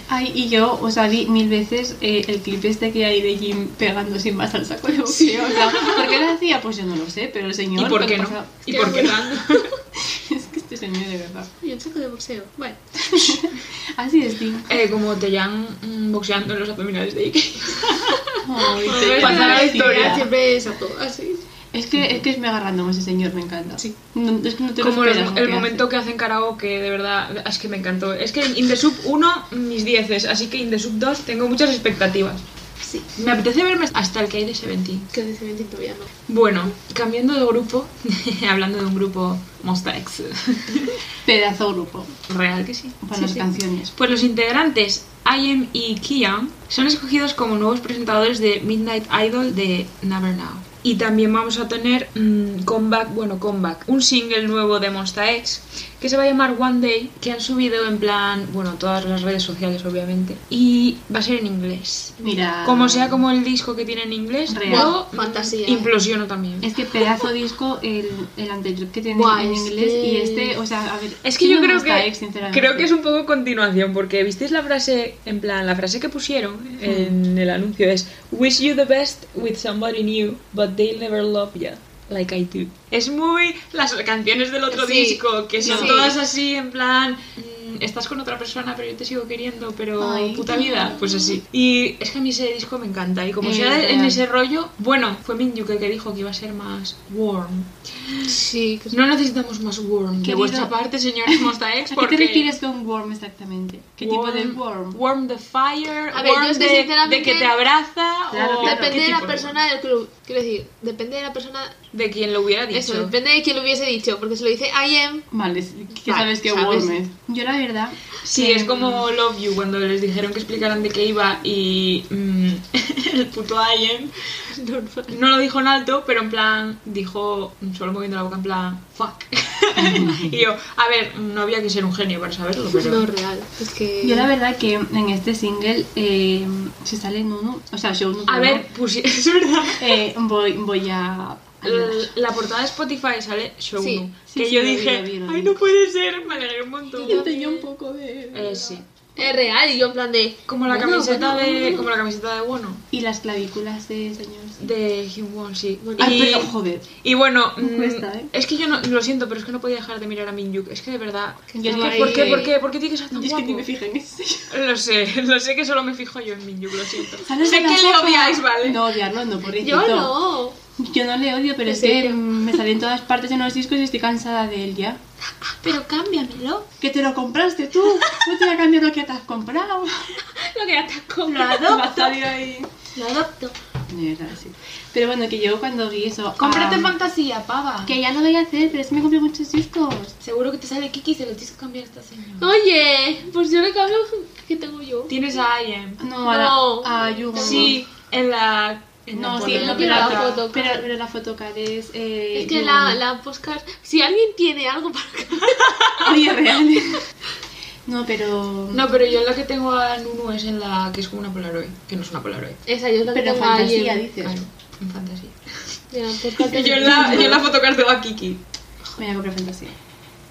[SPEAKER 3] Ay, y yo, o sea, vi mil veces eh, el clip este que hay de Jim pegando sin más al saco de boxeo. O sea, ¿por qué lo hacía? Pues yo no lo sé, pero el señor...
[SPEAKER 1] ¿Y por
[SPEAKER 3] lo
[SPEAKER 1] qué
[SPEAKER 3] que
[SPEAKER 1] no?
[SPEAKER 3] pasa-
[SPEAKER 1] ¿Y
[SPEAKER 2] que
[SPEAKER 1] por qué
[SPEAKER 2] bueno.
[SPEAKER 1] tanto?
[SPEAKER 3] Es que este señor de verdad.
[SPEAKER 2] Y un saco de boxeo. Bueno.
[SPEAKER 3] Así es, Jim.
[SPEAKER 1] Eh, como te llaman boxeando en los abdominales de Ikea.
[SPEAKER 3] Ay,
[SPEAKER 2] Pues
[SPEAKER 3] te
[SPEAKER 2] es
[SPEAKER 1] pasará
[SPEAKER 2] una
[SPEAKER 1] la
[SPEAKER 2] vez que
[SPEAKER 1] historia.
[SPEAKER 2] Siempre es a ¿eh? todo así.
[SPEAKER 3] Es que, es que es mega random ese señor, me encanta.
[SPEAKER 1] Sí.
[SPEAKER 3] No, es que no te lo
[SPEAKER 1] Como los-
[SPEAKER 3] esperas, lo que
[SPEAKER 1] el
[SPEAKER 3] hace.
[SPEAKER 1] momento que hacen karaoke, de verdad, es que me encantó. Es que In The Sub 1, mis 10 así que In The Sub 2 tengo muchas expectativas.
[SPEAKER 2] Sí.
[SPEAKER 1] Me apetece verme hasta el que hay de Seventeen.
[SPEAKER 2] Que de cemento todavía no.
[SPEAKER 1] Bueno, cambiando de grupo, hablando de un grupo Monsta X.
[SPEAKER 3] Pedazo grupo
[SPEAKER 1] Real que sí.
[SPEAKER 3] para
[SPEAKER 2] Sí,
[SPEAKER 3] las
[SPEAKER 2] sí.
[SPEAKER 3] canciones.
[SPEAKER 1] Pues los integrantes IM y Kian son escogidos como nuevos presentadores de Midnight Idol de Never Now. Y también vamos a tener mm, comeback, bueno, comeback, un single nuevo de Monsta X que se va a llamar One Day, que han subido en plan, bueno, todas las redes sociales obviamente, y va a ser en inglés.
[SPEAKER 3] Mira.
[SPEAKER 1] Como sea como el disco que tiene en inglés,
[SPEAKER 3] Ah. Real.
[SPEAKER 1] yo mm,
[SPEAKER 2] Fantasía. ¿eh?
[SPEAKER 1] implosiono también.
[SPEAKER 3] Es que pedazo disco el, el anterior que tiene
[SPEAKER 2] Buah,
[SPEAKER 3] en
[SPEAKER 2] es
[SPEAKER 3] inglés
[SPEAKER 2] que-
[SPEAKER 3] y este, o sea, a ver.
[SPEAKER 1] Es que
[SPEAKER 3] sí
[SPEAKER 1] yo
[SPEAKER 3] me
[SPEAKER 1] creo
[SPEAKER 3] gusta
[SPEAKER 1] que,
[SPEAKER 3] X, sinceramente.
[SPEAKER 1] creo que es un poco continuación, porque visteis la frase, en plan, la frase que pusieron en
[SPEAKER 3] Hmm.
[SPEAKER 1] el anuncio es Wish you the best with somebody new, but they'll never love you like I do. Es muy las canciones del otro
[SPEAKER 2] Sí.
[SPEAKER 1] disco, que son
[SPEAKER 2] Sí.
[SPEAKER 1] todas así, en plan, "Mm, estás con otra persona, pero yo te sigo queriendo, pero
[SPEAKER 3] Ay.
[SPEAKER 1] puta vida, pues así. Y es que a mí ese disco me encanta, y como
[SPEAKER 3] Eh,
[SPEAKER 1] sea en
[SPEAKER 3] real.
[SPEAKER 1] ese rollo, bueno, fue Minyuke que dijo que iba a ser más warm.
[SPEAKER 2] Sí.
[SPEAKER 1] No necesitamos más worm de
[SPEAKER 3] Querido.
[SPEAKER 1] vuestra parte, señores Mostaex,
[SPEAKER 3] ¿A
[SPEAKER 1] porque...
[SPEAKER 3] qué te refieres con worm exactamente? ¿Qué tipo de worm?
[SPEAKER 1] Worm the fire,
[SPEAKER 2] A ver,
[SPEAKER 1] worm
[SPEAKER 2] yo es que
[SPEAKER 1] de,
[SPEAKER 2] sinceramente-
[SPEAKER 1] de que te abraza
[SPEAKER 3] Claro,
[SPEAKER 1] o...
[SPEAKER 3] claro.
[SPEAKER 2] Depende
[SPEAKER 1] ¿qué
[SPEAKER 2] de la
[SPEAKER 1] tipo
[SPEAKER 2] persona del club. Quiero decir, depende de la persona.
[SPEAKER 1] worm? De quien lo hubiera dicho.
[SPEAKER 2] Eso, depende de quién lo hubiese dicho. Porque si lo dice I am,
[SPEAKER 3] Vale, es- que
[SPEAKER 2] Vale,
[SPEAKER 3] sabes que
[SPEAKER 2] ¿sabes?
[SPEAKER 3] worm es. Yo la verdad.
[SPEAKER 1] Sí,
[SPEAKER 3] que-
[SPEAKER 1] es como Love You, cuando les dijeron que explicaran de qué iba y mm, el puto Alien no lo dijo en alto, pero en plan dijo, solo moviendo la boca, en plan, fuck. y yo, a ver, no había que ser un genio para saberlo, pero...
[SPEAKER 2] no real. Es que.
[SPEAKER 3] Yo la verdad que en este single eh, se sale en uno. O sea, yo no.
[SPEAKER 1] A ver, pues es verdad.
[SPEAKER 3] Eh, voy, voy a.
[SPEAKER 1] L- La portada de Spotify sale Show
[SPEAKER 2] Sí,
[SPEAKER 1] Nu,
[SPEAKER 3] sí,
[SPEAKER 1] que
[SPEAKER 3] sí,
[SPEAKER 1] yo
[SPEAKER 3] lo vi,
[SPEAKER 1] dije,
[SPEAKER 3] lo vi, lo
[SPEAKER 1] ay,
[SPEAKER 3] vi".
[SPEAKER 1] no puede ser, me alegré un montón.
[SPEAKER 2] Yo
[SPEAKER 3] tenía un poco de.
[SPEAKER 1] Eh, sí.
[SPEAKER 2] Es real. Y yo en plan de.
[SPEAKER 1] Como la
[SPEAKER 2] bueno,
[SPEAKER 1] camiseta
[SPEAKER 2] bueno,
[SPEAKER 1] de
[SPEAKER 2] bueno.
[SPEAKER 1] como la camiseta de Bono
[SPEAKER 3] Y las clavículas de señor.
[SPEAKER 1] de Hyun Won, sí.
[SPEAKER 2] Bueno,
[SPEAKER 3] Ay,
[SPEAKER 1] y,
[SPEAKER 3] pero joder.
[SPEAKER 1] y bueno, mm,
[SPEAKER 3] cuesta, ¿eh?
[SPEAKER 1] es que yo no lo siento, pero es que no podía dejar de mirar a Min Yuk, es que de verdad.
[SPEAKER 3] Yo
[SPEAKER 2] es
[SPEAKER 3] no
[SPEAKER 2] que-
[SPEAKER 3] hay-
[SPEAKER 1] ¿Por qué? ¿Por qué? ¿Por qué tiene que ser tan
[SPEAKER 3] Yo es que
[SPEAKER 1] guapo?
[SPEAKER 3] ni me fijé en ese.
[SPEAKER 1] Lo sé, lo sé que solo me fijo yo en Min Yuk, lo siento.
[SPEAKER 3] ¿Sabes
[SPEAKER 1] Sé
[SPEAKER 3] una
[SPEAKER 1] que le
[SPEAKER 3] cosa?
[SPEAKER 1] odiáis, ¿vale?
[SPEAKER 3] No, odiarlo no, pobrecito.
[SPEAKER 2] Yo no.
[SPEAKER 3] Yo no le odio, pero
[SPEAKER 2] ¿En
[SPEAKER 3] es que
[SPEAKER 2] serio?
[SPEAKER 3] mm, me sale en todas partes en los discos y estoy cansada de él ya.
[SPEAKER 2] Pero cámbiamelo.
[SPEAKER 3] Que te lo compraste tú. No te voy a cambiar lo que te has comprado.
[SPEAKER 2] Lo que ya te has
[SPEAKER 3] Lo
[SPEAKER 2] comprado.
[SPEAKER 3] adopto. ahí.
[SPEAKER 2] Lo adopto.
[SPEAKER 3] De verdad, sí. Pero bueno, que yo cuando vi eso.
[SPEAKER 1] Cómprate
[SPEAKER 3] ah,
[SPEAKER 1] fantasía, pava.
[SPEAKER 3] Que ya lo voy a hacer, pero es que me compré muchos discos.
[SPEAKER 1] Seguro que te sale Kiki y se lo tienes que cambiar a esta señora.
[SPEAKER 2] Oye, pues yo le cambio. ¿Qué tengo yo?
[SPEAKER 1] Tienes a IM.
[SPEAKER 3] No, a, la-
[SPEAKER 2] No.
[SPEAKER 3] a Yugo.
[SPEAKER 1] Sí, en la en
[SPEAKER 3] No,
[SPEAKER 1] la
[SPEAKER 3] sí,
[SPEAKER 1] portada.
[SPEAKER 3] no,
[SPEAKER 2] quiero
[SPEAKER 3] pero,
[SPEAKER 2] la
[SPEAKER 3] la foto,
[SPEAKER 2] photocard.
[SPEAKER 3] pero, pero la photocard es... eh,
[SPEAKER 2] Es que
[SPEAKER 3] Yugo.
[SPEAKER 2] la, la postcard. Si alguien tiene algo para cambiar.
[SPEAKER 3] Oye, real. No, pero...
[SPEAKER 1] No, pero yo en la que tengo a Nunu es en la que es como una Polaroid, que no es una Polaroid.
[SPEAKER 2] Esa yo es la que
[SPEAKER 3] Pero
[SPEAKER 2] tengo
[SPEAKER 3] fantasía,
[SPEAKER 2] ahí.
[SPEAKER 3] dices.
[SPEAKER 1] Claro, en fantasía.
[SPEAKER 2] Ya, pues, podcast de-
[SPEAKER 1] Yo en la, yo en la fotocarteo a Kiki.
[SPEAKER 3] Me voy a comprar fantasía.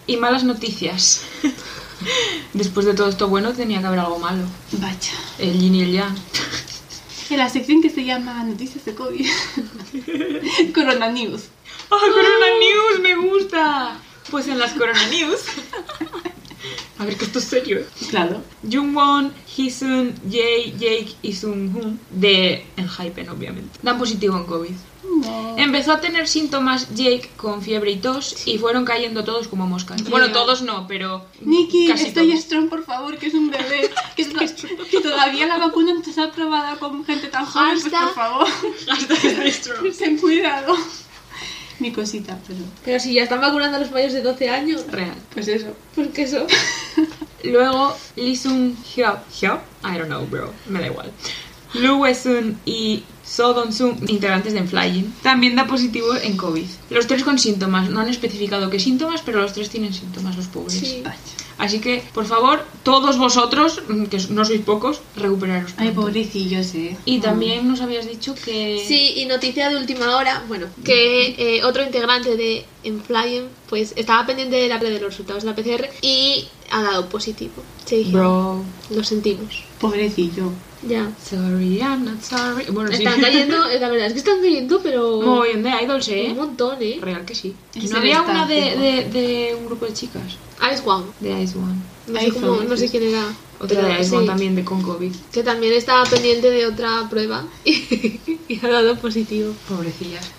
[SPEAKER 1] Y malas noticias. Después de todo esto bueno tenía que haber algo malo.
[SPEAKER 3] Vaya.
[SPEAKER 1] El yin y el yang.
[SPEAKER 3] En la sección que se llama Noticias de COVID. Corona News.
[SPEAKER 1] ¡Ah, Corona News! ¡Me gusta! Pues en las Corona News. A ver, que esto es serio. ¿eh?
[SPEAKER 3] Claro.
[SPEAKER 1] Jungwon, Hisun, Jae, Jake y Sunghoon de Enhypen, obviamente. Dan positivo en COVID.
[SPEAKER 3] No.
[SPEAKER 1] Empezó a tener síntomas Jake con fiebre y tos y fueron cayendo todos como moscas. Bueno, todos no, pero
[SPEAKER 3] eh. Nikki,
[SPEAKER 1] casi
[SPEAKER 3] estoy
[SPEAKER 1] todos.
[SPEAKER 3] strong, por favor, que es un bebé. Que, es- que todavía la vacuna no está aprobada con gente tan joven, pues, por
[SPEAKER 2] Hashtag.
[SPEAKER 3] favor.
[SPEAKER 1] Hashtag strong.
[SPEAKER 3] Ten cuidado. Mi cosita, pero.
[SPEAKER 2] Pero si ya están vacunando a los mayores de 12 años,
[SPEAKER 1] Real.
[SPEAKER 3] Pues eso.
[SPEAKER 2] ¿por qué eso?
[SPEAKER 1] Luego, Lee Sung Hyuk, Hyuk, I don't know, bro, me da igual. Lu Sun y So Dong Sung, integrantes de Flying, también da positivo en COVID. Los tres con síntomas, no han especificado qué síntomas, pero los tres tienen síntomas, los pobres.
[SPEAKER 2] Sí.
[SPEAKER 3] Vaya.
[SPEAKER 1] Así que, por favor, todos vosotros, mm, que no sois pocos, recuperaros.
[SPEAKER 3] Ay,
[SPEAKER 1] pronto.
[SPEAKER 3] pobrecillos, eh.
[SPEAKER 1] Y también nos habías dicho que.
[SPEAKER 2] Sí, y noticia de última hora, bueno, que eh, otro integrante de Enflying, pues estaba pendiente de, la, de los resultados de la PCR y ha dado positivo. Sí,
[SPEAKER 1] Bro,
[SPEAKER 2] lo sentimos.
[SPEAKER 3] Pobrecillo.
[SPEAKER 2] Ya.
[SPEAKER 1] sorry, I'm not sorry. Bueno, sí.
[SPEAKER 2] Están cayendo, eh, la verdad es que están cayendo, pero
[SPEAKER 1] Mogollón de idols,
[SPEAKER 2] un
[SPEAKER 1] ¿eh?
[SPEAKER 2] montón, ¿eh?
[SPEAKER 1] Real que sí.
[SPEAKER 3] Es
[SPEAKER 1] Y
[SPEAKER 3] el
[SPEAKER 1] no había una de,
[SPEAKER 3] estático.
[SPEAKER 1] de, de un grupo de chicas,
[SPEAKER 2] Alex Wang,
[SPEAKER 1] de Ice One.
[SPEAKER 2] Ah, no
[SPEAKER 3] Ahí
[SPEAKER 2] sé, cómo-
[SPEAKER 3] son,
[SPEAKER 2] no sé
[SPEAKER 3] sí.
[SPEAKER 2] quién era.
[SPEAKER 1] Otra
[SPEAKER 2] pero
[SPEAKER 1] de Ice One
[SPEAKER 2] sí,
[SPEAKER 1] también de con COVID.
[SPEAKER 2] Que también estaba pendiente de otra prueba y, ha dado positivo.
[SPEAKER 1] Pobrecillas.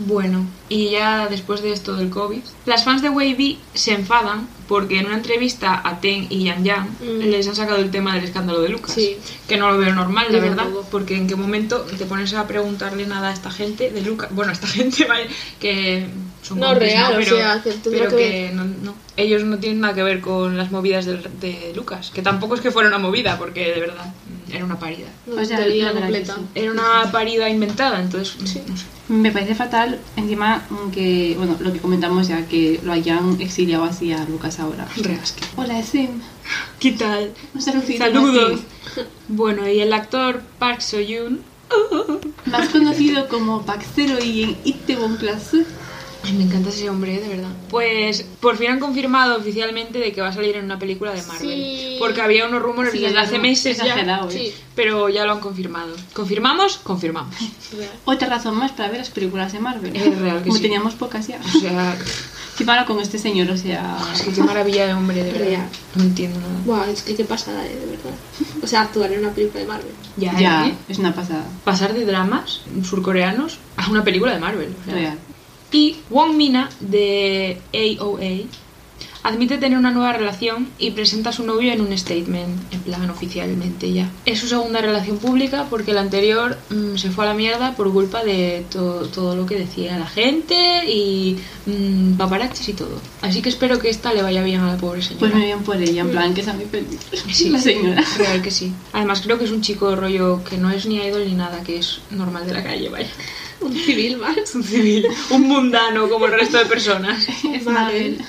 [SPEAKER 1] Bueno, y ya después de esto del COVID, las fans de Wavy se enfadan porque en una entrevista a Ten y Yang Yang
[SPEAKER 2] Mm.
[SPEAKER 1] les han sacado el tema del escándalo de Lucas.
[SPEAKER 2] Sí.
[SPEAKER 1] Que no lo veo normal, la
[SPEAKER 2] Yo
[SPEAKER 1] verdad,
[SPEAKER 2] tampoco.
[SPEAKER 1] porque en qué momento te pones a preguntarle nada a esta gente de Lucas. Bueno, a esta gente, vaya, que son
[SPEAKER 2] No,
[SPEAKER 1] compis,
[SPEAKER 2] real, o
[SPEAKER 1] pero,
[SPEAKER 2] sea, que tendrá
[SPEAKER 1] pero
[SPEAKER 2] que ver.
[SPEAKER 1] no, no. ellos no tienen nada que ver con las movidas del- de Lucas. Que tampoco es que fuera una movida, porque de verdad mm, era una parida.
[SPEAKER 2] No,
[SPEAKER 3] O sea,
[SPEAKER 2] teoría
[SPEAKER 3] la verdad que
[SPEAKER 2] completa.
[SPEAKER 3] sí.
[SPEAKER 1] Era una parida inventada, entonces. no sé.
[SPEAKER 3] Me parece fatal, encima, mm, que, bueno, lo que comentamos ya, que lo hayan exiliado así a Lucas ahora.
[SPEAKER 1] Re
[SPEAKER 3] Hola, Sim.
[SPEAKER 1] ¿Qué tal?
[SPEAKER 3] Un saludito.
[SPEAKER 1] Saludos. Bueno, y el actor Park Soyun.
[SPEAKER 3] así. Más conocido como Paxero y en Itaewon Class.
[SPEAKER 1] Ay, me encanta ese hombre, ¿eh? de verdad. Pues por fin han confirmado oficialmente de que va a salir en una película de Marvel.
[SPEAKER 2] Sí.
[SPEAKER 1] Porque había unos rumores
[SPEAKER 3] Sí,
[SPEAKER 1] desde
[SPEAKER 3] ya
[SPEAKER 1] hace
[SPEAKER 3] no,
[SPEAKER 1] meses ya.
[SPEAKER 3] Exagerado,
[SPEAKER 2] Sí,
[SPEAKER 3] eh.
[SPEAKER 1] Pero ya lo han confirmado. ¿Confirmamos? Confirmamos.
[SPEAKER 2] real.
[SPEAKER 3] Otra razón más para ver las películas de Marvel.
[SPEAKER 1] Es real que
[SPEAKER 3] Como
[SPEAKER 1] sí.
[SPEAKER 3] teníamos pocas ya.
[SPEAKER 1] O sea,
[SPEAKER 3] Qué malo con este señor, o sea...
[SPEAKER 1] es que qué maravilla de hombre, de verdad.
[SPEAKER 2] Real.
[SPEAKER 1] No entiendo nada.
[SPEAKER 2] Buah, es que qué pasada, ¿eh? De verdad. O sea, actuar en una película de Marvel.
[SPEAKER 1] Ya,
[SPEAKER 3] Ya,
[SPEAKER 1] ¿eh?
[SPEAKER 3] es una pasada.
[SPEAKER 1] Pasar de dramas surcoreanos a una película de Marvel. O sea,
[SPEAKER 3] Real.
[SPEAKER 1] Y Wong Mina de AOA admite tener una nueva relación y presenta a su novio en un statement, en plan oficialmente ya. Es su segunda relación pública porque la anterior mm, se fue a la mierda por culpa de to- todo lo que decía la gente y mm, paparazzis y todo. Así que espero que esta le vaya bien a la pobre
[SPEAKER 3] Pues
[SPEAKER 1] señora.
[SPEAKER 3] muy bien por ella, en plan, que está muy feliz.
[SPEAKER 1] Sí.
[SPEAKER 3] Pues La señora.
[SPEAKER 1] Real que sí. Además creo que es un chico rollo que no es ni idol ni nada, que es normal de la calle, vaya.
[SPEAKER 2] Un civil más.
[SPEAKER 1] Es un civil, un mundano como el resto de personas.
[SPEAKER 3] Es
[SPEAKER 2] Marvel.
[SPEAKER 3] Marvel.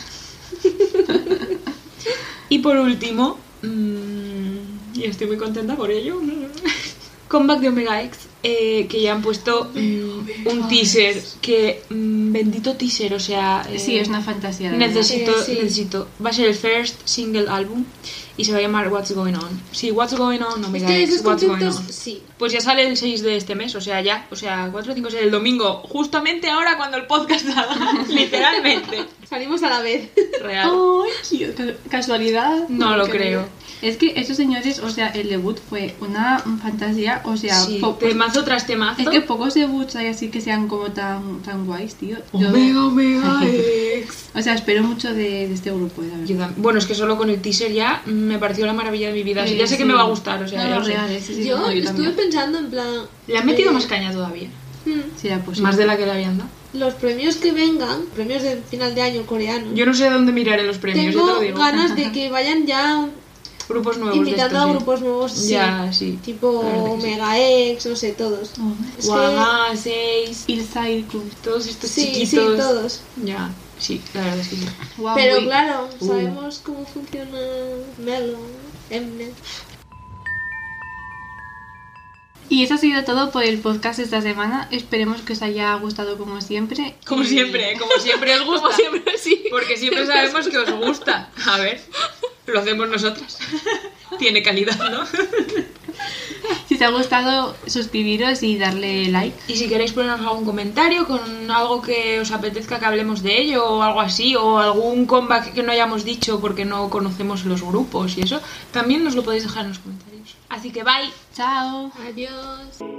[SPEAKER 1] Y por último, mm, y estoy muy contenta por ello, comeback de Omega X, eh, que ya han puesto mm, un teaser, que mm, bendito teaser, o sea... eh,
[SPEAKER 3] Sí, es una fantasía. la verdad.
[SPEAKER 1] Necesito,
[SPEAKER 2] Eh, sí.
[SPEAKER 1] necesito. Va a ser el first single álbum y se va a llamar What's Going On. Sí, What's Going On,
[SPEAKER 2] Es
[SPEAKER 1] Omega
[SPEAKER 2] que
[SPEAKER 1] X,
[SPEAKER 2] esos
[SPEAKER 1] What's Going
[SPEAKER 2] conceptos,
[SPEAKER 1] On.
[SPEAKER 2] sí.
[SPEAKER 1] Pues ya sale el 6 de este mes, o sea, ya, o sea, 4, 5, 6, el domingo, justamente ahora cuando el podcast salga, literalmente.
[SPEAKER 2] Salimos a la vez.
[SPEAKER 1] Real.
[SPEAKER 3] Ay, qué ca- casualidad.
[SPEAKER 1] No lo
[SPEAKER 3] Qué
[SPEAKER 1] creo.
[SPEAKER 3] bien. Es que esos señores, o sea, el debut fue una fantasía, o sea,
[SPEAKER 1] Sí,
[SPEAKER 3] po-
[SPEAKER 1] temazo tras temazo.
[SPEAKER 3] es que pocos debuts hay así que sean como tan, tan guays, tío. Yo-
[SPEAKER 1] Omega, Omega X.
[SPEAKER 3] o sea, espero mucho de, de este grupo, la verdad.
[SPEAKER 1] Ayuda- Bueno, es que solo con el teaser ya me pareció la maravilla de mi vida.
[SPEAKER 3] Sí,
[SPEAKER 1] ya sé que
[SPEAKER 3] sí.
[SPEAKER 1] me va a gustar, o sea,
[SPEAKER 3] No,
[SPEAKER 1] ya
[SPEAKER 3] no,
[SPEAKER 1] lo sé.
[SPEAKER 3] real, eh. sí, sí,
[SPEAKER 2] yo
[SPEAKER 3] no, yo
[SPEAKER 2] estuve
[SPEAKER 3] también.
[SPEAKER 2] pensando en plan.
[SPEAKER 1] Le han metido
[SPEAKER 2] eh,
[SPEAKER 1] más caña todavía.
[SPEAKER 2] mm,
[SPEAKER 3] Será posible.
[SPEAKER 1] Más de la que le habían dado.
[SPEAKER 2] Los premios que vengan, premios de final de año coreano.
[SPEAKER 1] Yo no sé dónde miraré los premios, yo te
[SPEAKER 2] Mm. tengo
[SPEAKER 1] lo digo.
[SPEAKER 2] ganas de que vayan ya
[SPEAKER 1] Grupos nuevos. de
[SPEAKER 2] invitando
[SPEAKER 1] estos,
[SPEAKER 2] a
[SPEAKER 1] sí.
[SPEAKER 2] grupos nuevos. sí.
[SPEAKER 1] Ya, sí.
[SPEAKER 2] Tipo
[SPEAKER 1] La verdad que sí.
[SPEAKER 2] Mega X, no sé, todos.
[SPEAKER 3] Oh.
[SPEAKER 2] Es que-
[SPEAKER 1] Guaná, Seis,
[SPEAKER 3] Inside Club.
[SPEAKER 1] todos estos
[SPEAKER 2] sí,
[SPEAKER 1] chiquitos.
[SPEAKER 2] sí, todos.
[SPEAKER 1] Ya, sí, la verdad es que sí.
[SPEAKER 3] Wow,
[SPEAKER 2] Pero
[SPEAKER 3] uy.
[SPEAKER 2] claro,
[SPEAKER 1] Uh.
[SPEAKER 2] sabemos cómo funciona Melo, Mnet.
[SPEAKER 3] Y eso ha sido todo por el podcast esta semana. Esperemos que os haya gustado como siempre.
[SPEAKER 1] Como
[SPEAKER 3] Y-
[SPEAKER 1] siempre, ¿eh? como siempre os gusta.
[SPEAKER 2] Como siempre, sí.
[SPEAKER 1] Porque siempre sabemos que os gusta. A ver, lo hacemos nosotras. Tiene calidad, ¿no? ¿eh?
[SPEAKER 3] Si os ha gustado, suscribiros y darle like.
[SPEAKER 1] Y si queréis ponernos algún comentario con algo que os apetezca que hablemos de ello o algo así, o algún comeback que no hayamos dicho porque no conocemos los grupos y eso, también nos lo podéis dejar en los comentarios. Así que bye.
[SPEAKER 3] Chao.
[SPEAKER 2] Adiós.